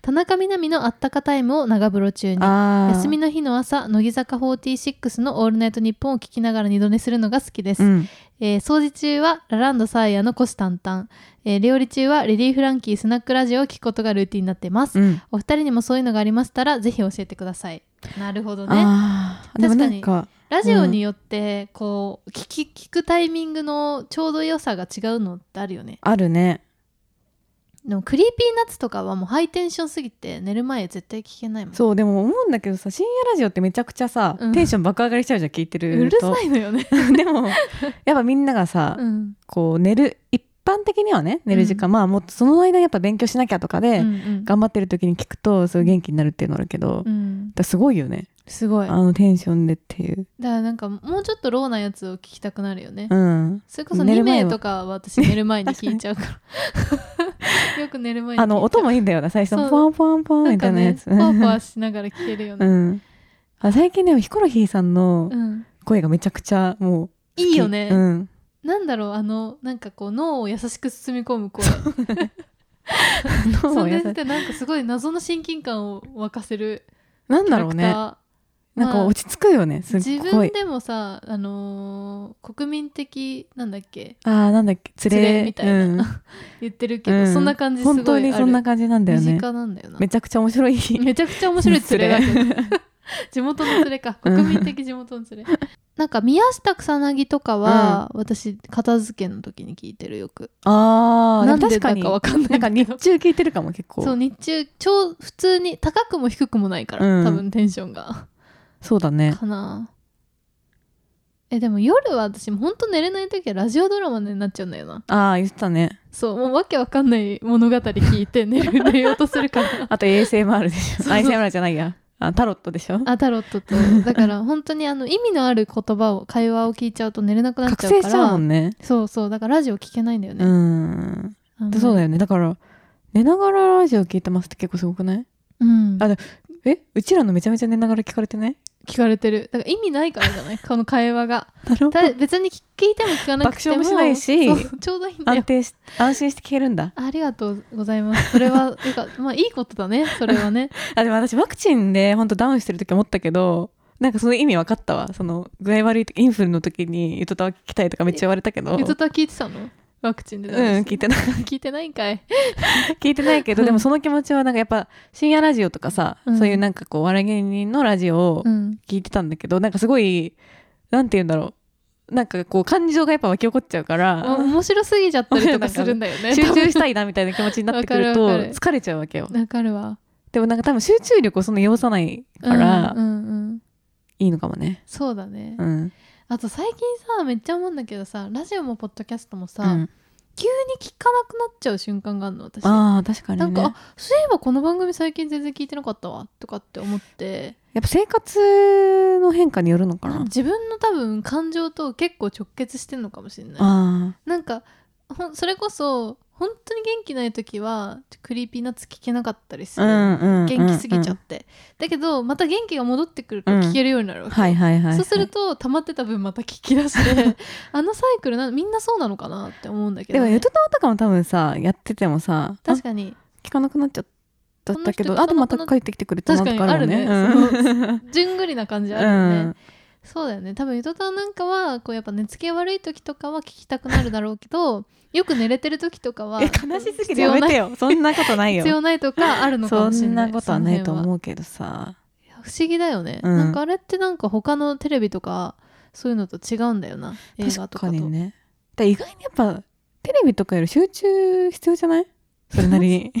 Speaker 3: 田中みな実のあったかタイムを長風呂中に
Speaker 2: あ
Speaker 3: 休みの日の朝乃木坂46の「オールナイトニッポン」を聞きながら二度寝するのが好きです、
Speaker 2: ん
Speaker 3: えー掃除中はラランドサーヤの虎視眈々、えー料理中はレディー・フランキースナックラジオを聞くことがルーティンになっています、
Speaker 2: うん
Speaker 3: お二人にもそういうのがありましたらぜひ教えてくださいなるほどね
Speaker 2: あーでもなんか
Speaker 3: ラジオによってこう聞き聞くタイミングのちょうど良さが違うのってあるよね
Speaker 2: あるね
Speaker 3: でもクリーピーナッツとかはもうハイテンションすぎて寝る前絶対聞けないもん
Speaker 2: そうでも思うんだけどさ深夜ラジオってめちゃくちゃさ、
Speaker 3: うん
Speaker 2: テンション爆上がりしちゃうじゃん聞いて
Speaker 3: う
Speaker 2: る
Speaker 3: る
Speaker 2: と *laughs*
Speaker 3: さいのよね、
Speaker 2: でもやっぱみんながさ、
Speaker 3: *laughs* うん
Speaker 2: こう寝る一般的にはね寝る時間、まあもうその間やっぱ勉強しなきゃとかで、
Speaker 3: うんうん
Speaker 2: 頑張ってる時に聞くとすごい元気になるっていうのあるけど、だか
Speaker 3: うん、
Speaker 2: らすごいよね
Speaker 3: すごいだ
Speaker 2: あ
Speaker 3: か
Speaker 2: のテンションでっていう
Speaker 3: らなんかもうちょっとローなやつを聞きたくなるよね、
Speaker 2: うん
Speaker 3: それこそ
Speaker 2: 寝
Speaker 3: 2
Speaker 2: る前は
Speaker 3: 名とかは私寝る前に聞いちゃうから *laughs* よく寝る前に聞いちゃう
Speaker 2: あの音もいいんだよな最初
Speaker 3: そ
Speaker 2: の
Speaker 3: う
Speaker 2: ポワンポワンポワン
Speaker 3: なん
Speaker 2: みた
Speaker 3: か
Speaker 2: いなや
Speaker 3: ね
Speaker 2: つ、
Speaker 3: パワパワしながら聞けるよね、
Speaker 2: *laughs* うんあ最近でもヒコロヒーさんの
Speaker 3: うん
Speaker 2: 声がめちゃくちゃもう
Speaker 3: いいよね、
Speaker 2: うん、
Speaker 3: なんだろうあのなんかこう脳を優しく包み込
Speaker 2: *laughs*
Speaker 3: む声 *laughs*
Speaker 2: 脳
Speaker 3: そ
Speaker 2: を
Speaker 3: れ
Speaker 2: 優し
Speaker 3: でなんかすごい謎の親近感を湧かせる
Speaker 2: なん
Speaker 3: キ
Speaker 2: だ
Speaker 3: ャラ
Speaker 2: ろう
Speaker 3: クタ
Speaker 2: ね
Speaker 3: ー
Speaker 2: なんか落ち着くよねすっ
Speaker 3: 自
Speaker 2: ご
Speaker 3: 分
Speaker 2: い
Speaker 3: でもさあのー国民的なんだっけ
Speaker 2: あーなんだっけ連れ
Speaker 3: 連れみたいな
Speaker 2: うん
Speaker 3: *laughs* 言ってるけど、
Speaker 2: うん
Speaker 3: そんな感じすごいある
Speaker 2: 本当にそんな感じなんだよ
Speaker 3: 身
Speaker 2: ね
Speaker 3: 近なんだよな
Speaker 2: めちゃくちゃ面白い
Speaker 3: めちゃくちゃ面白い連れだけど *laughs* 地元の連れか
Speaker 2: うん
Speaker 3: 国民的地元の連れなんか宮下草薙とかは、私片付けの時に聞いてるよく
Speaker 2: *laughs* あー
Speaker 3: なんで
Speaker 2: 確か
Speaker 3: だ
Speaker 2: に
Speaker 3: かわかんない
Speaker 2: なんか日中聞いてるかも結構
Speaker 3: そう日中超普通に高くも低くもないから、
Speaker 2: うん
Speaker 3: 多分テンションが
Speaker 2: そうだね
Speaker 3: かなえでも夜は私もうほんと寝れない時はラジオドラマになっちゃうんだよな
Speaker 2: ああ言ってたね
Speaker 3: そうもうわけわかんない物語聞いて寝る寝ようとするから
Speaker 2: あと ASMR でしょ
Speaker 3: そう
Speaker 2: ASMR じゃないやあタロットでしょ
Speaker 3: *laughs* あタロットとだから本当にあの意味のある言葉を会話を聞いちゃうと寝れなくなっち
Speaker 2: 覚
Speaker 3: ゃう
Speaker 2: 醒
Speaker 3: か
Speaker 2: しちゃう
Speaker 3: ら
Speaker 2: もんね
Speaker 3: そうそうだからラジオ聞けないんだよ
Speaker 2: う
Speaker 3: ね、
Speaker 2: ん
Speaker 3: あんまり
Speaker 2: そうだよねだから寝ながらラジオ聞いてますって結構すごくない
Speaker 3: うん
Speaker 2: あえうちらのめちゃめちゃ寝ながら聞かれてない
Speaker 3: 聞かれてるだから意味ないからじゃないこの会話が
Speaker 2: なるほど
Speaker 3: た別に聞聞いても聞かなくても
Speaker 2: 爆笑もしないし
Speaker 3: そうちょうどいいんだよ
Speaker 2: 安定し安心して聞けるんだ
Speaker 3: ありがとうございます。それは、てか、まあいいことだね、それは
Speaker 2: *laughs*
Speaker 3: ね。
Speaker 2: あでも私ワクチンで本当ダウンしてる時思ったけどなんかその意味分かったわその具合悪い時インフルの時にゆとたわ聞きたいとかめっちゃ言われたけど
Speaker 3: ゆずた聞いてたのワクチンで
Speaker 2: うん聞いてない *laughs*
Speaker 3: 聞いてないんかい。
Speaker 2: 聞いてないけどでもその気持ちはなんかやっぱ深夜ラジオとかさ、
Speaker 3: うん
Speaker 2: そういうなんかこう笑い芸人のラジオを
Speaker 3: うん。
Speaker 2: 聞いてたんだけど、なんかすごいなんて言うんだろうなんかこう感情がやっぱ湧き起こっちゃうから
Speaker 3: あ面白すぎちゃったりとかするんだよね。
Speaker 2: 集中した
Speaker 3: い。
Speaker 2: い *laughs* なみたいな気持ちになってくると
Speaker 3: わかるわかる
Speaker 2: 疲れちゃうわけよ
Speaker 3: わかるわ。
Speaker 2: でもなんか多分集中力をそんな要さないから
Speaker 3: うんうんうん。
Speaker 2: いいのかもね
Speaker 3: そうだね
Speaker 2: う。ん
Speaker 3: あと最近さ、めっちゃ思うんだけどさ、ラジオもポッドキャストもさ、
Speaker 2: うん
Speaker 3: 急に聞かなくなっちゃう瞬間があるの、私。
Speaker 2: ああ確かに
Speaker 3: な
Speaker 2: ね
Speaker 3: んか、あそういえばこの番組最近全然聞いてなかったわとかって思って
Speaker 2: やっぱ生活の変化によるのかな
Speaker 3: 自分の多分感情と結構直結してんのかもしれない
Speaker 2: あ
Speaker 3: なんかほんそれこそ本当に元気ない時はクリーピーナッツ聞けなかったりす
Speaker 2: あう
Speaker 3: る、
Speaker 2: んうんうん
Speaker 3: 元気すぎちゃって、だけどまた元気が戻ってくると聞けるようになるわけ、
Speaker 2: はいはいはい
Speaker 3: そうすると溜まってた分また聞き出してあのサイクルなみんなそうなのかなって思うんだけ
Speaker 2: で
Speaker 3: ど
Speaker 2: も
Speaker 3: ね、
Speaker 2: ゆとたわとかも多分さやっててもさ
Speaker 3: 確かに
Speaker 2: あ聞かなくなっちゃったんだけ
Speaker 3: こ
Speaker 2: ど
Speaker 3: の人
Speaker 2: あとまた帰ってきてくれたなとかあるよね
Speaker 3: 確かにあるね
Speaker 2: うん
Speaker 3: じゅんぐりな感じあるよね、そうだよね多分ゆとたわなんかはこうやっぱ寝つき悪い時とかは聞きたくなるだろうけどよく寝れてる時とかは
Speaker 2: え悲しすぎ
Speaker 3: 必
Speaker 2: て
Speaker 3: 要
Speaker 2: やめ
Speaker 3: な
Speaker 2: て
Speaker 3: い
Speaker 2: よそんなことない
Speaker 3: 必要
Speaker 2: よ
Speaker 3: ないとかあるのか
Speaker 2: そ
Speaker 3: もしれ
Speaker 2: ん
Speaker 3: ない
Speaker 2: なことはないと
Speaker 3: その辺
Speaker 2: 思うけどさ
Speaker 3: 不思議だよね、
Speaker 2: うん
Speaker 3: なんかあれってなんか他のテレビとかそういうのと違うんだよな映画とか
Speaker 2: 確か
Speaker 3: と
Speaker 2: にねだから意外にやっぱテレビとかより集中必要じゃないそれなりに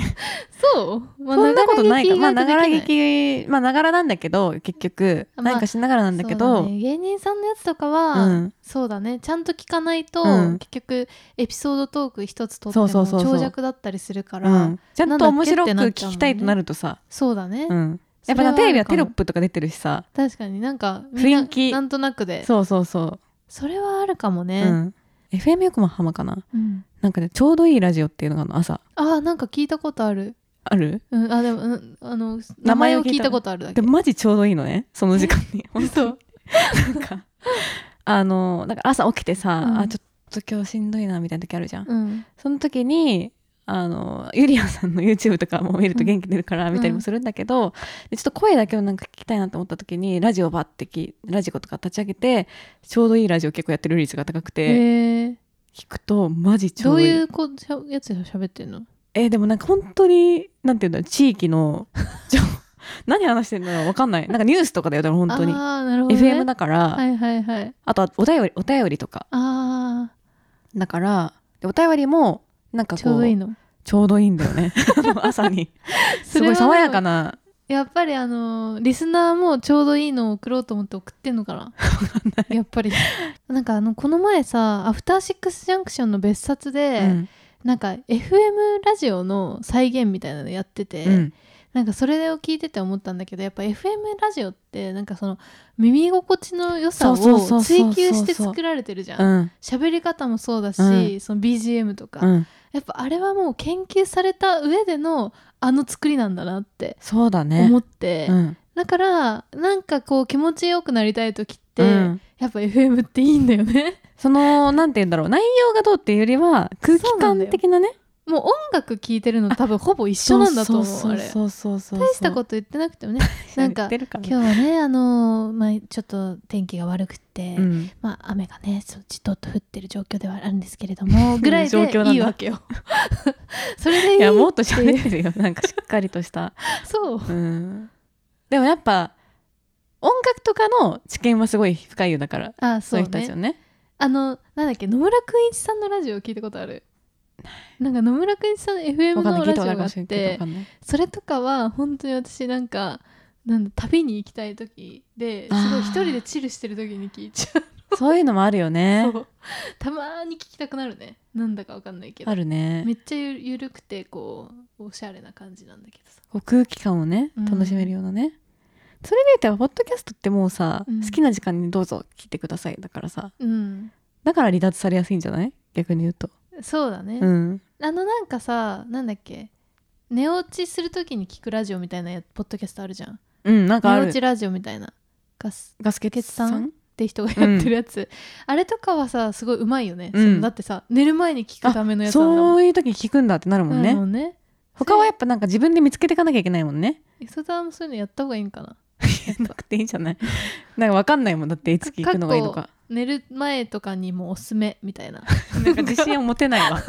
Speaker 3: そう、まあ
Speaker 2: そんなことないからまあながら
Speaker 3: 意外とできない
Speaker 2: 劇まあながらなんだけど結局
Speaker 3: まあ
Speaker 2: 何かしながらなんだけど、
Speaker 3: そうだね芸人さんのやつとかは、
Speaker 2: うん
Speaker 3: そうだねちゃんと聞かないと、
Speaker 2: うん
Speaker 3: 結局エピソードトーク一つとって
Speaker 2: そう
Speaker 3: も
Speaker 2: そうそうそう
Speaker 3: 長尺だったりするから
Speaker 2: う
Speaker 3: そう,、
Speaker 2: ん、ちゃんと面白く聞きたいとなるとさ、
Speaker 3: だね、
Speaker 2: うん、や
Speaker 3: それ
Speaker 2: っぱ
Speaker 3: は
Speaker 2: テレビ
Speaker 3: ある
Speaker 2: は
Speaker 3: かも
Speaker 2: テロップとか出てるしさ
Speaker 3: 確かになんかみんな
Speaker 2: 雰囲気
Speaker 3: なんとなくでそ
Speaker 2: そうそうそ
Speaker 3: れはあるかも
Speaker 2: う、
Speaker 3: ね、
Speaker 2: うん、FM 横浜かな
Speaker 3: うん
Speaker 2: なんかねちょうどいいラジオっていうのがあるの朝
Speaker 3: あーなんか聞いたことある、
Speaker 2: ある
Speaker 3: うん、あでも、うんあの名前
Speaker 2: 名前
Speaker 3: を
Speaker 2: を聞
Speaker 3: 聞
Speaker 2: い
Speaker 3: い
Speaker 2: た
Speaker 3: たことあるだけ
Speaker 2: でもマジちょうどいいのねその時間に本当になんかあのなんか朝起きてさ、
Speaker 3: うん
Speaker 2: あちょっと今日しんどいなみたいな時あるじゃん、
Speaker 3: うん
Speaker 2: その時にあのゆりやさんの YouTube とかも見ると元気出るから見たりもするんだけど、でちょっと声だけをなんか聞きたいなと思った時にラジオばってきラジコとか立ち上げてちょうどいいラジオ結構やってる率が高く
Speaker 3: へ
Speaker 2: て
Speaker 3: ー
Speaker 2: 聞くとマジち
Speaker 3: ど
Speaker 2: ょう
Speaker 3: う
Speaker 2: どいい
Speaker 3: いうこしゃやつ喋ってんの
Speaker 2: えーでもなんか本当になんていうんだろう地
Speaker 3: *laughs*
Speaker 2: 域のちょ何話してるのか分かんないなんかニュースとかだよでも本当に
Speaker 3: あ。あなるほど、ね、
Speaker 2: FM だから、
Speaker 3: はいはいはい
Speaker 2: あとはお便りお便りとか
Speaker 3: あ
Speaker 2: だからでお便りもなんか
Speaker 3: あ
Speaker 2: こう
Speaker 3: ちょうどいいの
Speaker 2: ちょうどいいんだよ
Speaker 3: *laughs*
Speaker 2: ねあの朝にす
Speaker 3: それ
Speaker 2: ご
Speaker 3: はい
Speaker 2: 爽やかな
Speaker 3: やっぱりあのーリスナーもちょうどいいのを送ろうと思って送ってんのかなやっぱりなんかあのこの前さ「アフターシックスジャンクション」の別冊で、
Speaker 2: うん
Speaker 3: なんか FM ラジオの再現みたいなのやってて、
Speaker 2: うん
Speaker 3: なんかそれを聞いてて思ったんだけどやっぱ FM ラジオってなんかその耳心地の良さを
Speaker 2: そうそうそうそう
Speaker 3: 追
Speaker 2: そう
Speaker 3: 求して作られてるじゃ
Speaker 2: うんん
Speaker 3: 喋り方もそうだし、
Speaker 2: う
Speaker 3: その BGM とか、
Speaker 2: うん
Speaker 3: やっぱあれはもう研究された上でのあの作りなんだなって
Speaker 2: そうだね
Speaker 3: 思って、
Speaker 2: うん
Speaker 3: だからなんかこう気持ちよくなりたい時って、
Speaker 2: うん
Speaker 3: やっぱ FM っていいんだよね *laughs*
Speaker 2: そのなんて言うんだろう内容がどうっていうよりは空気感的なね
Speaker 3: もう音楽聴いてるの多分ほぼ一緒なんだと思うあれ大
Speaker 2: そうそうそうそう
Speaker 3: したこと言ってなくても
Speaker 2: *laughs*
Speaker 3: ねなんか
Speaker 2: 言ってるから
Speaker 3: 今日はねあのーまあ、ちょっと天気が悪くて、
Speaker 2: うん
Speaker 3: まあ、雨がねそうちとっと降ってる状況ではあるんですけれどもぐら
Speaker 2: *laughs*
Speaker 3: いでいいわけよ *laughs* それでいい
Speaker 2: いやもっと喋ってる
Speaker 3: *laughs*
Speaker 2: よなんかしっかりとした
Speaker 3: そう
Speaker 2: うんでもやっぱ音楽とかの知見はすごい深いよだから
Speaker 3: あ
Speaker 2: そ
Speaker 3: そううね
Speaker 2: いう人たちよね
Speaker 3: あのなんだっけ野村くんいちさんのラジオ聞いたことあるなんか野村くんいちさんの FM
Speaker 2: わかんな
Speaker 3: の
Speaker 2: い聞
Speaker 3: ラ
Speaker 2: い
Speaker 3: ジ
Speaker 2: た
Speaker 3: オ
Speaker 2: ことあるか
Speaker 3: があ
Speaker 2: も
Speaker 3: っ
Speaker 2: しれんけどわ
Speaker 3: て
Speaker 2: かんない
Speaker 3: それとかは本当に私なんかなんだ旅に行きたい時ですごい一人でチルしてる時に聞いちゃ
Speaker 2: そういうのもあるよね
Speaker 3: うそう *laughs* たまーに聞きたくなるねなんだかわかんないけど
Speaker 2: あるね
Speaker 3: めっちゃゆゆるくてこうおしゃれな感じなんだけどさ
Speaker 2: こう空気感をね
Speaker 3: うん
Speaker 2: 楽しめるようなね、それで言ったらポッドキャストってもうさ、
Speaker 3: うん
Speaker 2: 好きな時間にどうぞ聞いてくださいだからさ
Speaker 3: うん
Speaker 2: だから離脱されやすいんじゃない逆に言うと
Speaker 3: そうだね、
Speaker 2: うん
Speaker 3: あのなんかさなんだっけ寝落ちする時に聞くラジオみたいなやポッドキャストあるじゃん
Speaker 2: うんなんかあ
Speaker 3: 寝
Speaker 2: る
Speaker 3: 落ちラジオみたいなガス
Speaker 2: ガスケツ
Speaker 3: 決
Speaker 2: さ
Speaker 3: 算
Speaker 2: ん
Speaker 3: って人がやってるやつ、あれとかはさすごいうまいよね、
Speaker 2: うん
Speaker 3: そのだってさ寝る前に聞くためのやつなんだもん
Speaker 2: そういう時聞くんだってなるも
Speaker 3: な
Speaker 2: んね、
Speaker 3: るもんね
Speaker 2: 他はやっぱなんか自分で見つけていかなきゃいけないもんね *laughs*
Speaker 3: 磯沢もそういうのやった方がいいんかな
Speaker 2: やんなくていいんじゃないなんかわかんないもんだっていつ聞くのがいいのか
Speaker 3: 寝る前とかにもうおすすめみたいな *laughs*
Speaker 2: なんか自信を持てないわ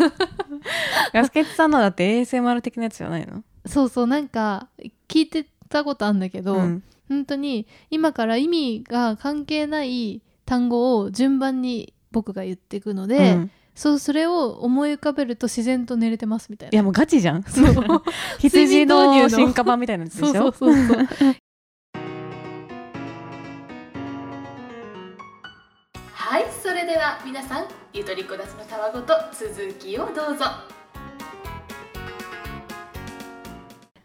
Speaker 2: ガスケツさんのだって ASMR 的なやつじゃないの
Speaker 3: そうそうなんか聞いてたことあんだけど、
Speaker 2: うん
Speaker 3: 本当に今から意味が関係ない単語を順番に僕が言っていくので、
Speaker 2: うん
Speaker 3: そうそれを思い浮かべると自然と寝れてますみたい
Speaker 2: い
Speaker 3: な
Speaker 2: やもうガチじゃん
Speaker 3: そう
Speaker 2: *laughs* 羊
Speaker 3: 睡眠
Speaker 2: の
Speaker 3: 導入の
Speaker 2: 進化版みたいなやつでしょ
Speaker 3: そうそうそうそう
Speaker 1: はいそれでは皆さんゆとりこだちのたわごと続きをどうぞ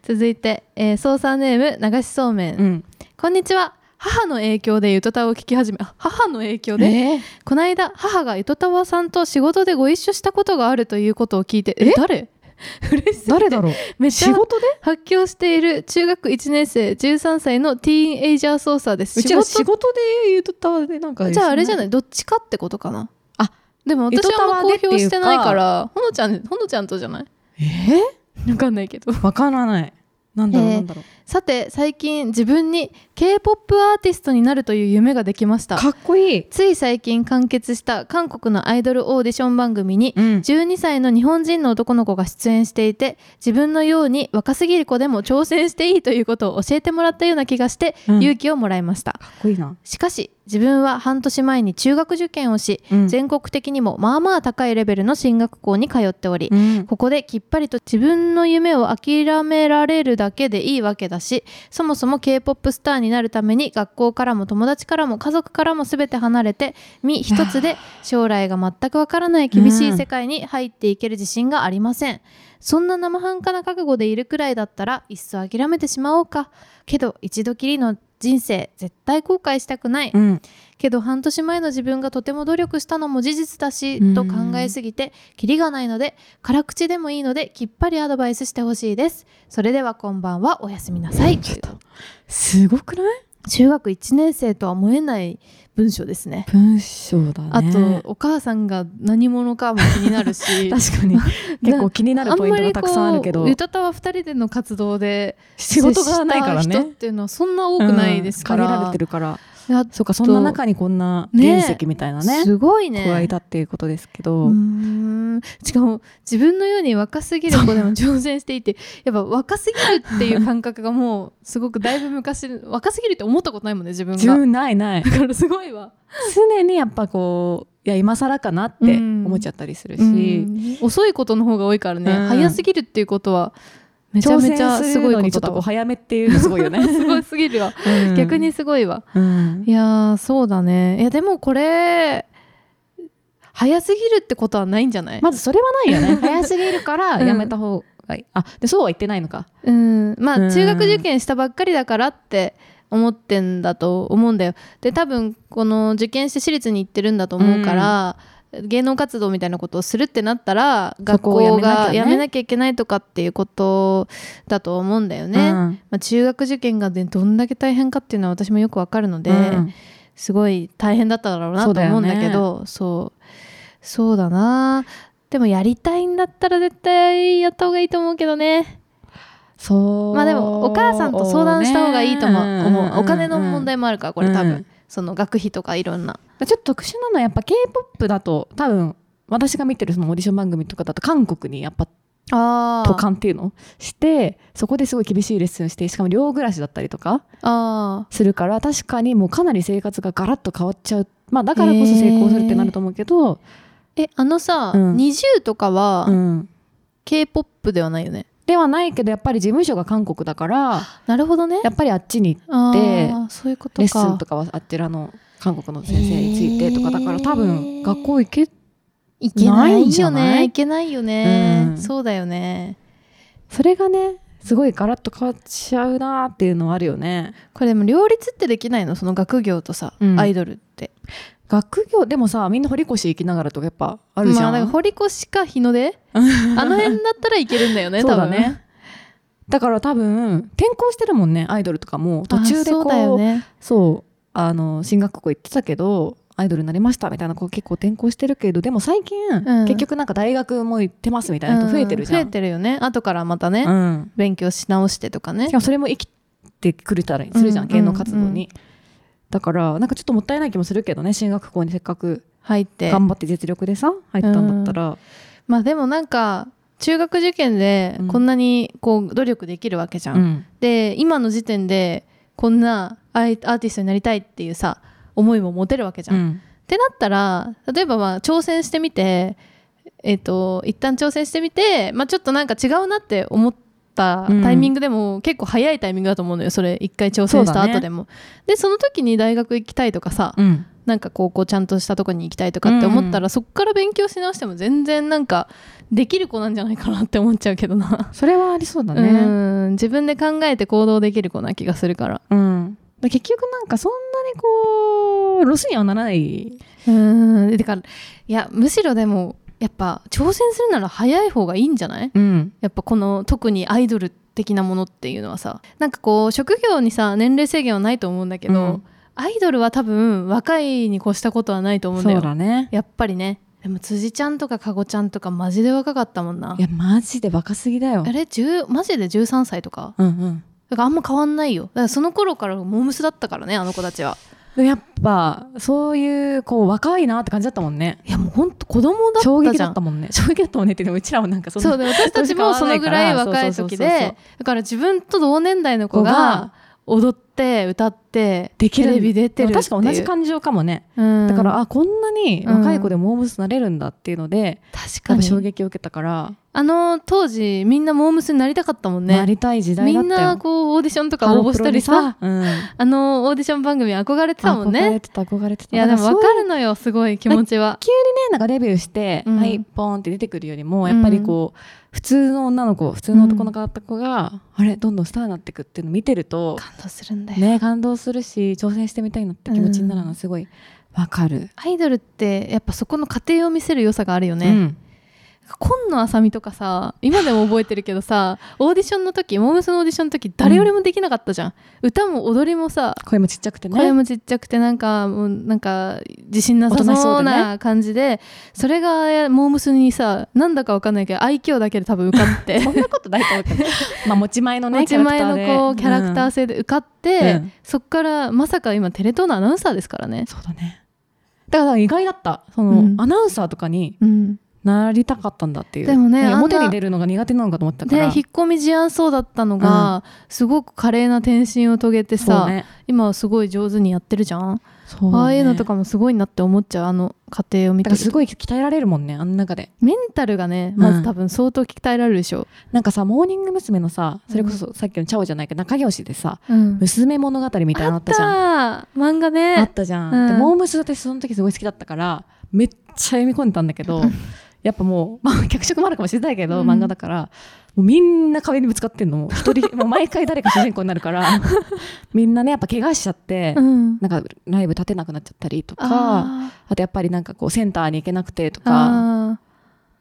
Speaker 3: 続いて、えー、操作ネーム流しそうめん、
Speaker 2: うん
Speaker 3: こんにちは母の影響でゆとたわを聞き始めあ母の影響で、
Speaker 2: え
Speaker 3: この間母がゆとたわさんと仕事でご一緒したことがあるということを聞いてえ誰 *laughs* 嬉しすぎて
Speaker 5: 誰だろう
Speaker 3: めっちゃ
Speaker 5: 事で
Speaker 3: 発狂している中学1年生13歳のティーンエイジャー操作です
Speaker 5: うちら仕
Speaker 3: 仕事
Speaker 5: 事で言うとったわでなんか
Speaker 3: じゃああれじゃ
Speaker 5: ない
Speaker 3: ないどっちかってことかな
Speaker 2: あ
Speaker 3: でも私
Speaker 2: ゆとた
Speaker 3: はあ
Speaker 2: わ
Speaker 3: んま
Speaker 2: でっ
Speaker 3: 公
Speaker 2: ていうか
Speaker 3: 表してないからほのちゃんほのちゃんとじゃない
Speaker 5: え
Speaker 3: わかんないけど
Speaker 5: わからないなんだろう
Speaker 3: えー
Speaker 5: なんだろう
Speaker 3: さて最近自分に k p o p アーティストになるという夢ができました
Speaker 5: かっこいい
Speaker 3: つい最近完結した韓国のアイドルオーディション番組に
Speaker 2: うん
Speaker 3: 12歳の日本人の男の子が出演していて自分のように若すぎる子でも挑戦していいということを教えてもらったような気がして
Speaker 2: うん
Speaker 3: 勇気をもらいました、
Speaker 5: かっこいいな
Speaker 3: しかし自分は半年前に中学受験をし、
Speaker 2: うん
Speaker 3: 全国的にもまあまあ高いレベルの進学校に通っており、
Speaker 2: うん
Speaker 3: ここできっぱりと自分の夢を諦められるだけでいいわけだしそもそも k p o p スターになるために学校からも友達からも家族からも全て離れて身一つで将来が全くわからない厳しい世界に入っていける自信がありません。そんな生半可な覚悟でいるくらいだったらいっそ諦めてしまおうかけど一度きりの人生絶対後悔したくない、
Speaker 2: うん
Speaker 3: けど半年前の自分がとても努力したのも事実だし、
Speaker 2: うん
Speaker 3: と考えすぎてキリがないので辛口でもいいのできっぱりアドバイスしてほしいですそれではこんばんはおやすみなさい
Speaker 2: すごくない
Speaker 3: 中学1年生とは思えない文章ですね。
Speaker 2: 文章だね
Speaker 3: あとお母さんが何者かも気に *laughs* なるし
Speaker 2: *laughs* 確かに結構気にな
Speaker 3: あ
Speaker 2: る
Speaker 3: ん
Speaker 2: ポイン
Speaker 3: ま
Speaker 2: トが
Speaker 3: り
Speaker 2: たくさんあるけ
Speaker 3: こ
Speaker 2: ど
Speaker 3: うゆたたは2人での活動で
Speaker 2: 仕事がないから
Speaker 3: 接した人
Speaker 2: ね
Speaker 3: っていうのはそんな多くないですから,
Speaker 2: う
Speaker 3: い
Speaker 2: ん
Speaker 3: や、
Speaker 2: 限られてるからそうかそんな中にこんな原
Speaker 3: ね
Speaker 2: 石みたいなね
Speaker 3: すごいね
Speaker 2: 加えたっていうことですけ
Speaker 3: う
Speaker 2: ど、
Speaker 3: ーんしかも自分のように若すぎる子でも挑戦していてやっぱ若すぎるっていう感覚がもうすごくだいぶ昔 *laughs* 若すぎるって思ったことないもんね自分
Speaker 2: 自
Speaker 3: が
Speaker 2: 分ないない
Speaker 3: だからすごいわ
Speaker 2: 常にやっぱこういや今更かなって思っちゃったりするし、
Speaker 3: うん遅いことの方が多いからね、
Speaker 2: うん
Speaker 3: 早すぎるっていうことはめちゃ
Speaker 2: 挑
Speaker 3: め
Speaker 2: 戦
Speaker 3: ちゃ
Speaker 2: す
Speaker 3: すごい
Speaker 2: るの
Speaker 3: こ
Speaker 2: にちょ
Speaker 3: と
Speaker 2: っと
Speaker 3: だ
Speaker 2: お
Speaker 3: わ
Speaker 2: 早めっていう *laughs* のすごい
Speaker 3: *laughs*
Speaker 2: よね、
Speaker 3: すごいすぎるわ
Speaker 2: うん
Speaker 3: 逆に、すごいわ
Speaker 2: うん
Speaker 3: いやーそうだねいやでもこれ早すぎるってことはないんじゃない、
Speaker 2: まずそれはないよね *laughs* 早すぎるからやめた方がいい、あでそうは言ってないのか
Speaker 3: うん、ま
Speaker 2: う
Speaker 3: あ
Speaker 2: ん
Speaker 3: 中学受験したばっかりだからって思ってんだと思うんだよで多分この受験して私立に行ってるんだと思うから、芸能活動みたいなことをするってなったら
Speaker 2: そ
Speaker 3: 学
Speaker 2: こをや
Speaker 3: 校
Speaker 2: めなきゃね
Speaker 3: がやめなきゃいけないとかっていうことだと思うんだよね、まあ、中学受験がねどんだけ大変かっていうのは私もよくわかるので、
Speaker 2: うん
Speaker 3: すごい大変だっただろうな
Speaker 2: そう
Speaker 3: と
Speaker 2: だよね
Speaker 3: 思うんだけどそうそうだなでもやりたいんだったら絶対やった方がいいと思うけどね
Speaker 2: そう
Speaker 3: まあでもお母さんと相談した方がいいとも
Speaker 2: ね
Speaker 3: 思う、お金の問題もあるからこれ多分、
Speaker 2: うん
Speaker 3: その学費とかいろんな
Speaker 2: ちょっと特殊なのはやっぱ k p o p だと多分私が見てるそのオーディション番組とかだと韓国にやっぱ
Speaker 3: あ
Speaker 2: 渡韓っていうのしてそこですごい厳しいレッスンしてしかも寮暮らしだったりとか
Speaker 3: あ
Speaker 2: するから確かにもうかなり生活がガラッと変わっちゃう、まあ、だからこそ成功するってなると思うけど、
Speaker 3: ーえあのさ、
Speaker 2: うん
Speaker 3: 20とかは
Speaker 2: うん、
Speaker 3: k p o p ではないよね、
Speaker 2: ではないけどやっぱり事務所が韓国だから
Speaker 3: なるほどね
Speaker 2: やっぱりあっちに
Speaker 3: あ
Speaker 2: で
Speaker 3: ーそういうことか
Speaker 2: レッスンとかはあっちらの韓国の先生についてとかだから多
Speaker 3: へ
Speaker 2: 分
Speaker 3: ー
Speaker 2: 学校行け
Speaker 3: いけな
Speaker 2: ないん
Speaker 3: い
Speaker 2: じ
Speaker 3: よ
Speaker 2: ゃ
Speaker 3: ね
Speaker 2: ない
Speaker 3: いけないよね、
Speaker 2: うん
Speaker 3: そうだよね
Speaker 2: それがねすごいガラッと変わっちゃうなっていうのはあるよね。
Speaker 3: これでも両立ってできないのその学業とさ、
Speaker 2: うん
Speaker 3: アイドルって
Speaker 2: 学業でもさみんな堀越行きながらとかやっぱあるじゃん。
Speaker 3: まあ、だから堀越か日の
Speaker 2: *laughs*
Speaker 3: 出あの辺だったらいけるんだよね
Speaker 2: そうだ
Speaker 3: 多分
Speaker 2: ね。だから多分転校してるもんねアイドルとかも途中で
Speaker 3: あそ
Speaker 2: こ
Speaker 3: ううだよね
Speaker 2: そうあの進学校行ってたけどアイドルになりましたみたいな子結構転校してるけどでも最近、
Speaker 3: ん
Speaker 2: 結局なんか大学も行ってますみたいな人増えてるじゃん。
Speaker 3: うん増えてるよね後からまたね、
Speaker 2: うん、
Speaker 3: 勉強し直してとかね
Speaker 2: しかもそれも生きてくれたらするじゃ
Speaker 3: う
Speaker 2: ん、
Speaker 3: ん
Speaker 2: 芸能活動に、
Speaker 3: うんうん
Speaker 2: だからなんかちょっともったいない気もするけどね進学校にせっかく
Speaker 3: 入って
Speaker 2: 頑張って実力でさ入ったんだったら、
Speaker 3: まあでもなんか中学受験で
Speaker 2: うん
Speaker 3: こんなにこう努力できるわけじゃん、
Speaker 2: うん
Speaker 3: で今の時点でこんなアイアーティストになりたいっていうさ思いも持てるわけじゃん、っ
Speaker 2: ん
Speaker 3: てなったら例えばまあ挑戦してみてえっ、と一旦挑戦してみて、まあ、ちょっとなんか違うなって思ったタイミングでも、結構早いタイミングだと思うのよそれ一回挑戦した後でも、でその時に大学行きたいとかさ、
Speaker 2: うん
Speaker 3: なんか高校ちゃんとしたとこに行きたいとかって思ったら、
Speaker 2: うん
Speaker 3: そこから勉強し直しても全然なんかできる子なんじゃないかなって思っちゃうけどな、
Speaker 2: それはありそうだね、
Speaker 3: うん自分で考えて行動できる子な気がするから
Speaker 2: うん、だ結局なんかそんなにこうロスにはならない
Speaker 3: うんでだからいやむしろでもやっぱ挑戦するなら早い方がいいんじゃない
Speaker 2: うん
Speaker 3: やっぱこの特にアイドル的なものっていうのはさなんかこう職業にさ年齢制限はないと思うんだけど、
Speaker 2: うん
Speaker 3: アイドルは多分若いに越したことはないと思うんだ
Speaker 2: そう
Speaker 3: よ
Speaker 2: だね
Speaker 3: やっぱりねでも辻ちゃんとかかごちゃんとかマジで若かったもんない
Speaker 2: やマジで若すぎだよ
Speaker 3: あれ10マジで13歳とか
Speaker 2: うんうん
Speaker 3: だからあんま変わんないよだからその頃からモームスだったからねあの子たちは
Speaker 2: でもやっぱそういうこう若いなって感じだったもんね
Speaker 3: いやもうほんと子供だったじゃん
Speaker 2: 衝撃だったもんね衝撃だったもんねってでもうちらもなんかそんな
Speaker 3: そうで私たちもそのぐらい若い
Speaker 2: そう
Speaker 3: 時
Speaker 2: そうそうそう
Speaker 3: でだから自分と同年代の子
Speaker 2: 子
Speaker 3: が
Speaker 2: が
Speaker 3: 踊って歌って
Speaker 2: でき
Speaker 3: テ
Speaker 2: る
Speaker 3: レビ出てるっていう
Speaker 2: 確か同じ感情かもね、
Speaker 3: うん
Speaker 2: だからあこんなに若い子でモームスなれるんだっていうので、
Speaker 3: 確
Speaker 2: や
Speaker 3: か
Speaker 2: っぱ衝
Speaker 3: に
Speaker 2: 撃を受けたから、
Speaker 3: あの当時みんなモームスになりたかったもんね
Speaker 2: なりたい時代
Speaker 3: み
Speaker 2: だっ
Speaker 3: ん
Speaker 2: たよ
Speaker 3: なこうオーディションとか応募したりさ
Speaker 2: ハロプロにさ
Speaker 3: あのオーディション番組憧れてたもん
Speaker 2: 憧
Speaker 3: ね
Speaker 2: れてた憧れてた
Speaker 3: いやでも分か
Speaker 2: る
Speaker 3: るのよすごい気持ちは
Speaker 2: 急にねなんかデビューして、
Speaker 3: うん
Speaker 2: はいポンって出てくるよりもやっぱりこう、普通の女の子普通の男の子だった子が、あれどんどんスターになってくっていうのを見てると
Speaker 3: 感動するんだよ、
Speaker 2: ね感動するし挑戦してみたいなって気持ちになるのはすごいわかる、
Speaker 3: アイドルってやっぱそこの過程を見せる良さがあるよね、
Speaker 2: うん
Speaker 3: 紺野あさみとかさ今でも覚えてるけど *laughs* さオーディションの時モームスのオーディションの時誰よりもできなかったじゃん、歌も踊りもさ
Speaker 6: 声もちっちゃくてね
Speaker 3: 声もちっちゃくてなんかもうなんか自信なさ
Speaker 6: おとなしそ
Speaker 3: そうう
Speaker 6: でね
Speaker 3: な感じでそれがモームスにさなんだかわかんないけど愛嬌だけで多分受か *laughs* って
Speaker 6: そんなことないと思うけ
Speaker 3: *laughs*
Speaker 6: どまあ持ち前のね
Speaker 3: 持ち前の
Speaker 6: キャラクタ
Speaker 3: こ
Speaker 6: ー
Speaker 3: う
Speaker 6: で
Speaker 3: キャラクター性で受かって、
Speaker 6: うん
Speaker 3: そっからまさか今テレ東のアナウンサーですからね。
Speaker 2: そうだねだから意外だったその、
Speaker 3: うん
Speaker 2: アナウンサーとかに
Speaker 3: うん、
Speaker 2: なりたかったんだっていう
Speaker 3: でもね
Speaker 2: なんか
Speaker 3: あんな
Speaker 2: 表に出るのが苦手なのかと思ってたか
Speaker 3: で
Speaker 2: ら
Speaker 3: 引っ込み思案そうだったのが、すごく華麗な転身を遂げて
Speaker 2: そ
Speaker 3: さ、
Speaker 2: うね
Speaker 3: 今はすごい上手にやってるじゃん、
Speaker 2: そうだね
Speaker 3: ああいうのとかもすごいなって思っちゃうあの過程を見
Speaker 2: だ
Speaker 3: て
Speaker 2: から
Speaker 3: る
Speaker 2: す
Speaker 3: と
Speaker 2: ごい鍛えられるもんねあの中で
Speaker 3: メンタルがねまず多分相当鍛えられるでしょ、
Speaker 2: なんかさモーニング娘。のさそれこそさっきのチャオじゃないけど仲良しでさ
Speaker 3: うん
Speaker 2: 娘物語みたいなのあったじゃん
Speaker 3: あった漫画ね
Speaker 2: あったじゃん、
Speaker 3: うん
Speaker 2: でモームス私その時すごい好きだったからめっちゃ読み込んでたんだけどやっぱもう、まあ、脚色もあるかもしれないけど、
Speaker 3: うん
Speaker 2: 漫画だからもうみんな壁にぶつかってんのもう
Speaker 3: *laughs*
Speaker 2: 一人もう毎回誰か主人公になるからみんなねやっぱ怪我しちゃって、
Speaker 3: うん
Speaker 2: なんかライブ立てなくなっちゃったりとかあ
Speaker 3: あ
Speaker 2: とやっぱりなんかこうセンターに行けなくてと
Speaker 3: ー
Speaker 2: か
Speaker 3: あ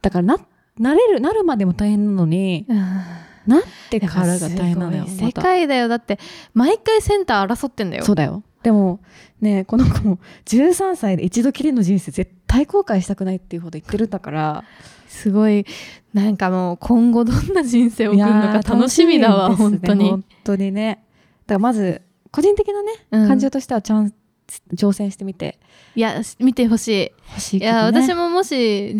Speaker 2: だからななれるなるまでも大変なのに
Speaker 3: ー
Speaker 2: なってからが大変なのよ
Speaker 3: すごい
Speaker 2: ま
Speaker 3: 世
Speaker 2: た
Speaker 3: 界だよだって毎回センター争ってんだよ
Speaker 2: そうだよでもねこの子も13歳で一度きりの人生絶対後悔したくないっていうほど言ってるんだから
Speaker 3: すごいなんかもう今後どんな人生を
Speaker 2: い
Speaker 3: 送るの
Speaker 2: や
Speaker 3: か
Speaker 2: ー
Speaker 3: 楽しみだわ、
Speaker 2: 楽し
Speaker 3: 本
Speaker 2: みですね
Speaker 3: 当に
Speaker 2: 本当にねだからまず個人的なね、
Speaker 3: うん
Speaker 2: 感情としてはチャンス挑戦してみて
Speaker 3: いやし見てほしい
Speaker 2: ほしい
Speaker 3: い
Speaker 2: けど、ね、
Speaker 3: や私ももし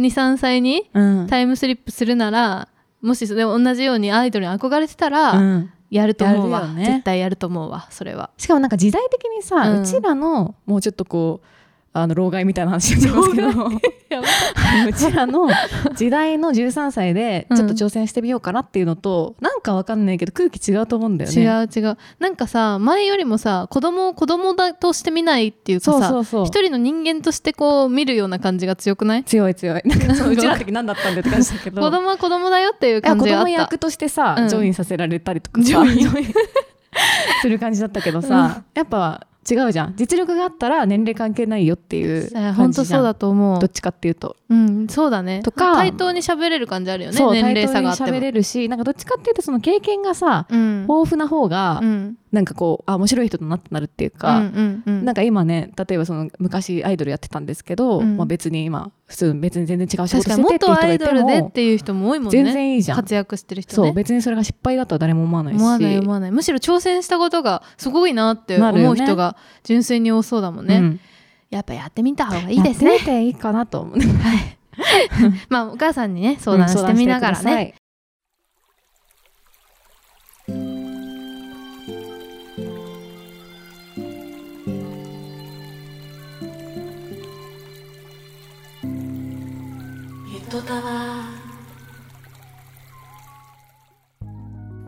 Speaker 3: 123歳に
Speaker 2: うん、
Speaker 3: タイムスリップするならもしそれ同じようにアイドルに憧れてたら、
Speaker 2: うん
Speaker 3: やると思う
Speaker 2: や
Speaker 3: わ、
Speaker 2: るよね
Speaker 3: 絶対やると思うわそれは
Speaker 2: しかもなんか時代的にさ、
Speaker 3: う
Speaker 2: うんちらのもうちょっとこうあの老害みたいな話をしま
Speaker 3: *laughs*
Speaker 2: すけど *laughs* うちらの時代の13歳でちょっと挑戦してみようかなっていうのと、なんかわかんないけど空気違うと思うんだよね。
Speaker 3: 違う違うなんかさ前よりもさ子供を子供だとして見ないっていうか
Speaker 2: そう
Speaker 3: さ
Speaker 2: そうそう
Speaker 3: 一人の人間としてこう見るような感じが強くない
Speaker 2: 強い強いなんかその
Speaker 3: なん
Speaker 2: う
Speaker 3: か
Speaker 2: ちらの時何だったんだよって感じだけど
Speaker 3: 子供は子供だよっていう
Speaker 2: いや
Speaker 3: 感
Speaker 2: 子
Speaker 3: じがあ
Speaker 2: 供
Speaker 3: った
Speaker 2: 役としてさ、
Speaker 3: うん
Speaker 2: ジョインさせられたりとかさ
Speaker 3: ジョイン
Speaker 2: ジョイン *laughs* する感じだったけどさ、やっぱ違うじゃん実力があったら年齢関係ないよっていう
Speaker 3: さあ
Speaker 2: 感
Speaker 3: 本
Speaker 2: じ
Speaker 3: 当
Speaker 2: じゃ
Speaker 3: そう
Speaker 2: ん
Speaker 3: だと思う
Speaker 2: どっちかっていうと。
Speaker 3: うんそうだね
Speaker 2: とか
Speaker 3: 対等に喋れる感じあるよね
Speaker 2: そう
Speaker 3: 年齢差があって
Speaker 2: 対等
Speaker 3: も
Speaker 2: に喋れるしなんかどっちかっていうとその経験がさ、
Speaker 3: うん
Speaker 2: 豊富な方が、
Speaker 3: うん
Speaker 2: なんかこうあ面白い人だなってなるっていう
Speaker 3: う
Speaker 2: か、
Speaker 3: んうんうん
Speaker 2: なんか今ね例えばその昔アイドルやってたんですけど、
Speaker 3: うん
Speaker 2: まあ、別に今普通別に全然違う仕事し
Speaker 3: 確
Speaker 2: てて
Speaker 3: か
Speaker 2: っ
Speaker 3: に元ア
Speaker 2: ていう人が
Speaker 3: イ
Speaker 2: い
Speaker 3: ド
Speaker 2: て
Speaker 3: ルでっ
Speaker 2: も
Speaker 3: ていう人も多いもんね
Speaker 2: 全然いいじゃん。
Speaker 3: 活躍してる人
Speaker 2: そう
Speaker 3: ね
Speaker 2: 別にそれが失敗だとは誰も思わないし
Speaker 3: 思わない思わないむしろ挑戦したことがすごいなって
Speaker 2: なる
Speaker 3: 思う
Speaker 2: よね
Speaker 3: 人が純粋に多そうだもんね
Speaker 2: うん
Speaker 3: やっぱやってみた方がいいですね
Speaker 2: やってみていいかなと思うね
Speaker 3: まあお母さんにね相談してみながらね、
Speaker 4: ゆとたわ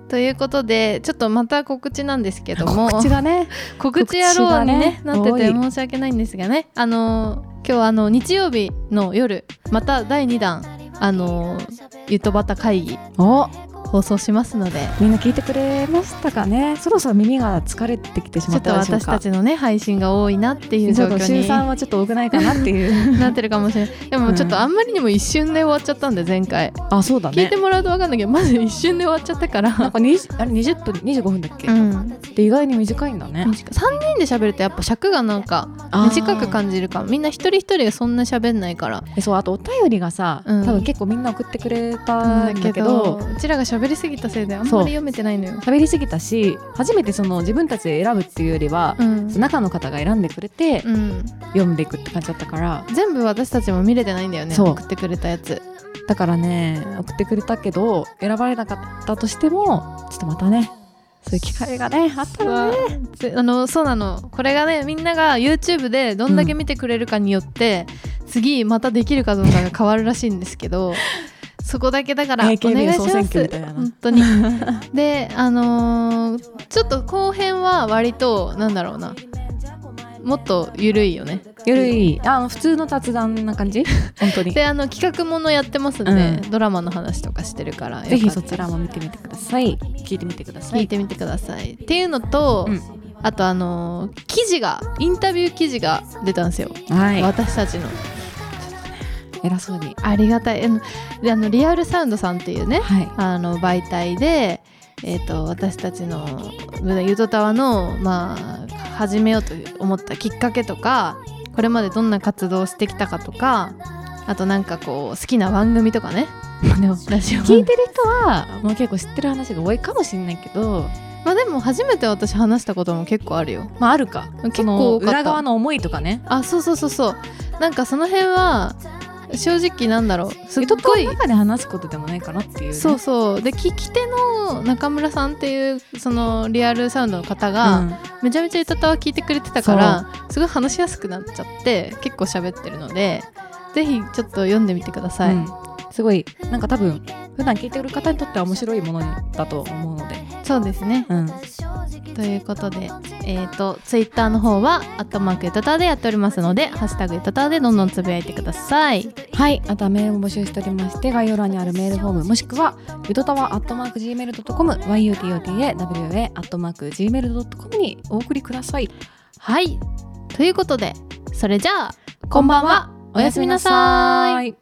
Speaker 3: ということでちょっとまた告知なんですけども
Speaker 2: 告知がね
Speaker 3: 告知野郎に、ね
Speaker 2: 告知がね
Speaker 3: なってて
Speaker 2: 多い
Speaker 3: 申し訳ないんですがねあのー今日はあの日曜日の夜また第2弾あのーゆとばた会議
Speaker 2: お
Speaker 3: 放送しますので
Speaker 2: みんな聞いてくれましたかねそろそろ耳が疲れてきてし
Speaker 3: ちょ
Speaker 2: ま
Speaker 3: っ
Speaker 2: った
Speaker 3: と
Speaker 2: でしょう
Speaker 3: 私
Speaker 2: か
Speaker 3: たちのね配信が多いなっていう
Speaker 2: ち
Speaker 3: 状
Speaker 2: ょっと週3
Speaker 3: 況
Speaker 2: はちょっと多くないかなっていう
Speaker 3: になってるかもしれないでもちょっ
Speaker 2: う
Speaker 3: と
Speaker 2: ん
Speaker 3: あんまりにも一瞬で終わっちゃったんで前回
Speaker 2: *laughs* あそうだ
Speaker 3: 聞いてもらうと分かんないけどまず一瞬で終わっちゃったから
Speaker 2: なんか20あれ20分25分だっけ、
Speaker 3: うん
Speaker 2: で意外に短いんだね
Speaker 3: 3人で喋るとやっぱ尺がなんか
Speaker 2: あー
Speaker 3: 短く感じるからみんな一人一人がそんな喋んないから
Speaker 2: えそうあとお便りがさ、
Speaker 3: うん
Speaker 2: 多分結構みんな送ってくれたんだけど
Speaker 3: うちらが喋りすぎたせいであんま
Speaker 2: そう
Speaker 3: り読めてないのよ。
Speaker 2: 喋りすぎたし初めてその自分たちで選ぶっていうよりは、
Speaker 3: うん
Speaker 2: 中の方が選んでくれて、
Speaker 3: うん、
Speaker 2: 読んでいくって感じだったから
Speaker 3: 全部私たちも見れてないんだよね
Speaker 2: そう
Speaker 3: 送ってくれたやつ
Speaker 2: だからね送ってくれたけど選ばれなかったとしてもちょっとまたねそういう機会がねあったらね
Speaker 3: ぜあのそうなのこれがねみんなが YouTube でどんだけ見てくれるかによって、次またできるかどうかが変わるらしいんですけ
Speaker 2: *laughs*
Speaker 3: どそこだけだからお願いし
Speaker 2: AKB 総
Speaker 3: ま
Speaker 2: 選挙
Speaker 3: す
Speaker 2: みたいな
Speaker 3: 本当
Speaker 2: *laughs*
Speaker 3: にであのーちょっと後編は割となんだろうなもっと緩いよね
Speaker 2: ゆるいあの普通の雑談な感 *laughs* じ本当に
Speaker 3: であの企画ものやってますんで、
Speaker 2: う
Speaker 3: ドラマの話とかしてるから
Speaker 2: ぜ
Speaker 3: よ
Speaker 2: ひ
Speaker 3: かっ
Speaker 2: そ
Speaker 3: た
Speaker 2: ちらも見てみてください聞いてみてくださ
Speaker 3: 聞い
Speaker 2: い
Speaker 3: てみてくださいっていうのと、
Speaker 2: うん
Speaker 3: あとあのー記事がインタビュー記事が出たんですよ、
Speaker 2: はい
Speaker 3: 私たちの
Speaker 2: 偉そうに
Speaker 3: ありがたいあのであのリアルサウンドさんっていうね
Speaker 2: はい
Speaker 3: あの媒体で、えー、と私たちのゆとたわの、まあ、始めようと思ったきっかけとかこれまでどんな活動をしてきたかとかあとなんかこう好きな番組とかね
Speaker 2: まあでも
Speaker 3: ラジオ
Speaker 2: 聞いてる人はもう結構知ってる話が多いかもしれないけど
Speaker 3: まあでも初めて私話したことも結構あるよ
Speaker 2: まああるか
Speaker 3: 結構多
Speaker 2: そ
Speaker 3: かった
Speaker 2: の裏側の思いとかね
Speaker 3: あそうそうそうそうなんかその辺は正直なんだろうすっ
Speaker 2: 人
Speaker 3: ご
Speaker 2: と
Speaker 3: い
Speaker 2: 中で話すことでもないかなっていうね、
Speaker 3: そうそうで聞き手の中村さんっていうそのリアルサウンドの方
Speaker 2: う
Speaker 3: が、
Speaker 2: ん
Speaker 3: めちゃめちゃ歌たは聞いてくれてたからすごい話しやすくなっちゃって結構喋ってるのでぜひちょっと読んでみてください、
Speaker 2: うんすごいなんか多分普段聞いてる方にとっては面白いものだと思うので、
Speaker 3: そうですね
Speaker 2: うん、
Speaker 3: ということでえっ、とツイッターの方は「アットマークゆたたわ」でやっておりますので「ハッシュタグゆたたわ」でどんどんつぶやいてください
Speaker 2: はいあとはメールも募集しておりまして概要欄にあるメールフォームもしくはゆとたわ @gmail.com yutotawa.gmail.com にお送りください
Speaker 3: はいということでそれじゃあ
Speaker 2: こんばんは
Speaker 3: おやすみなさーい
Speaker 2: い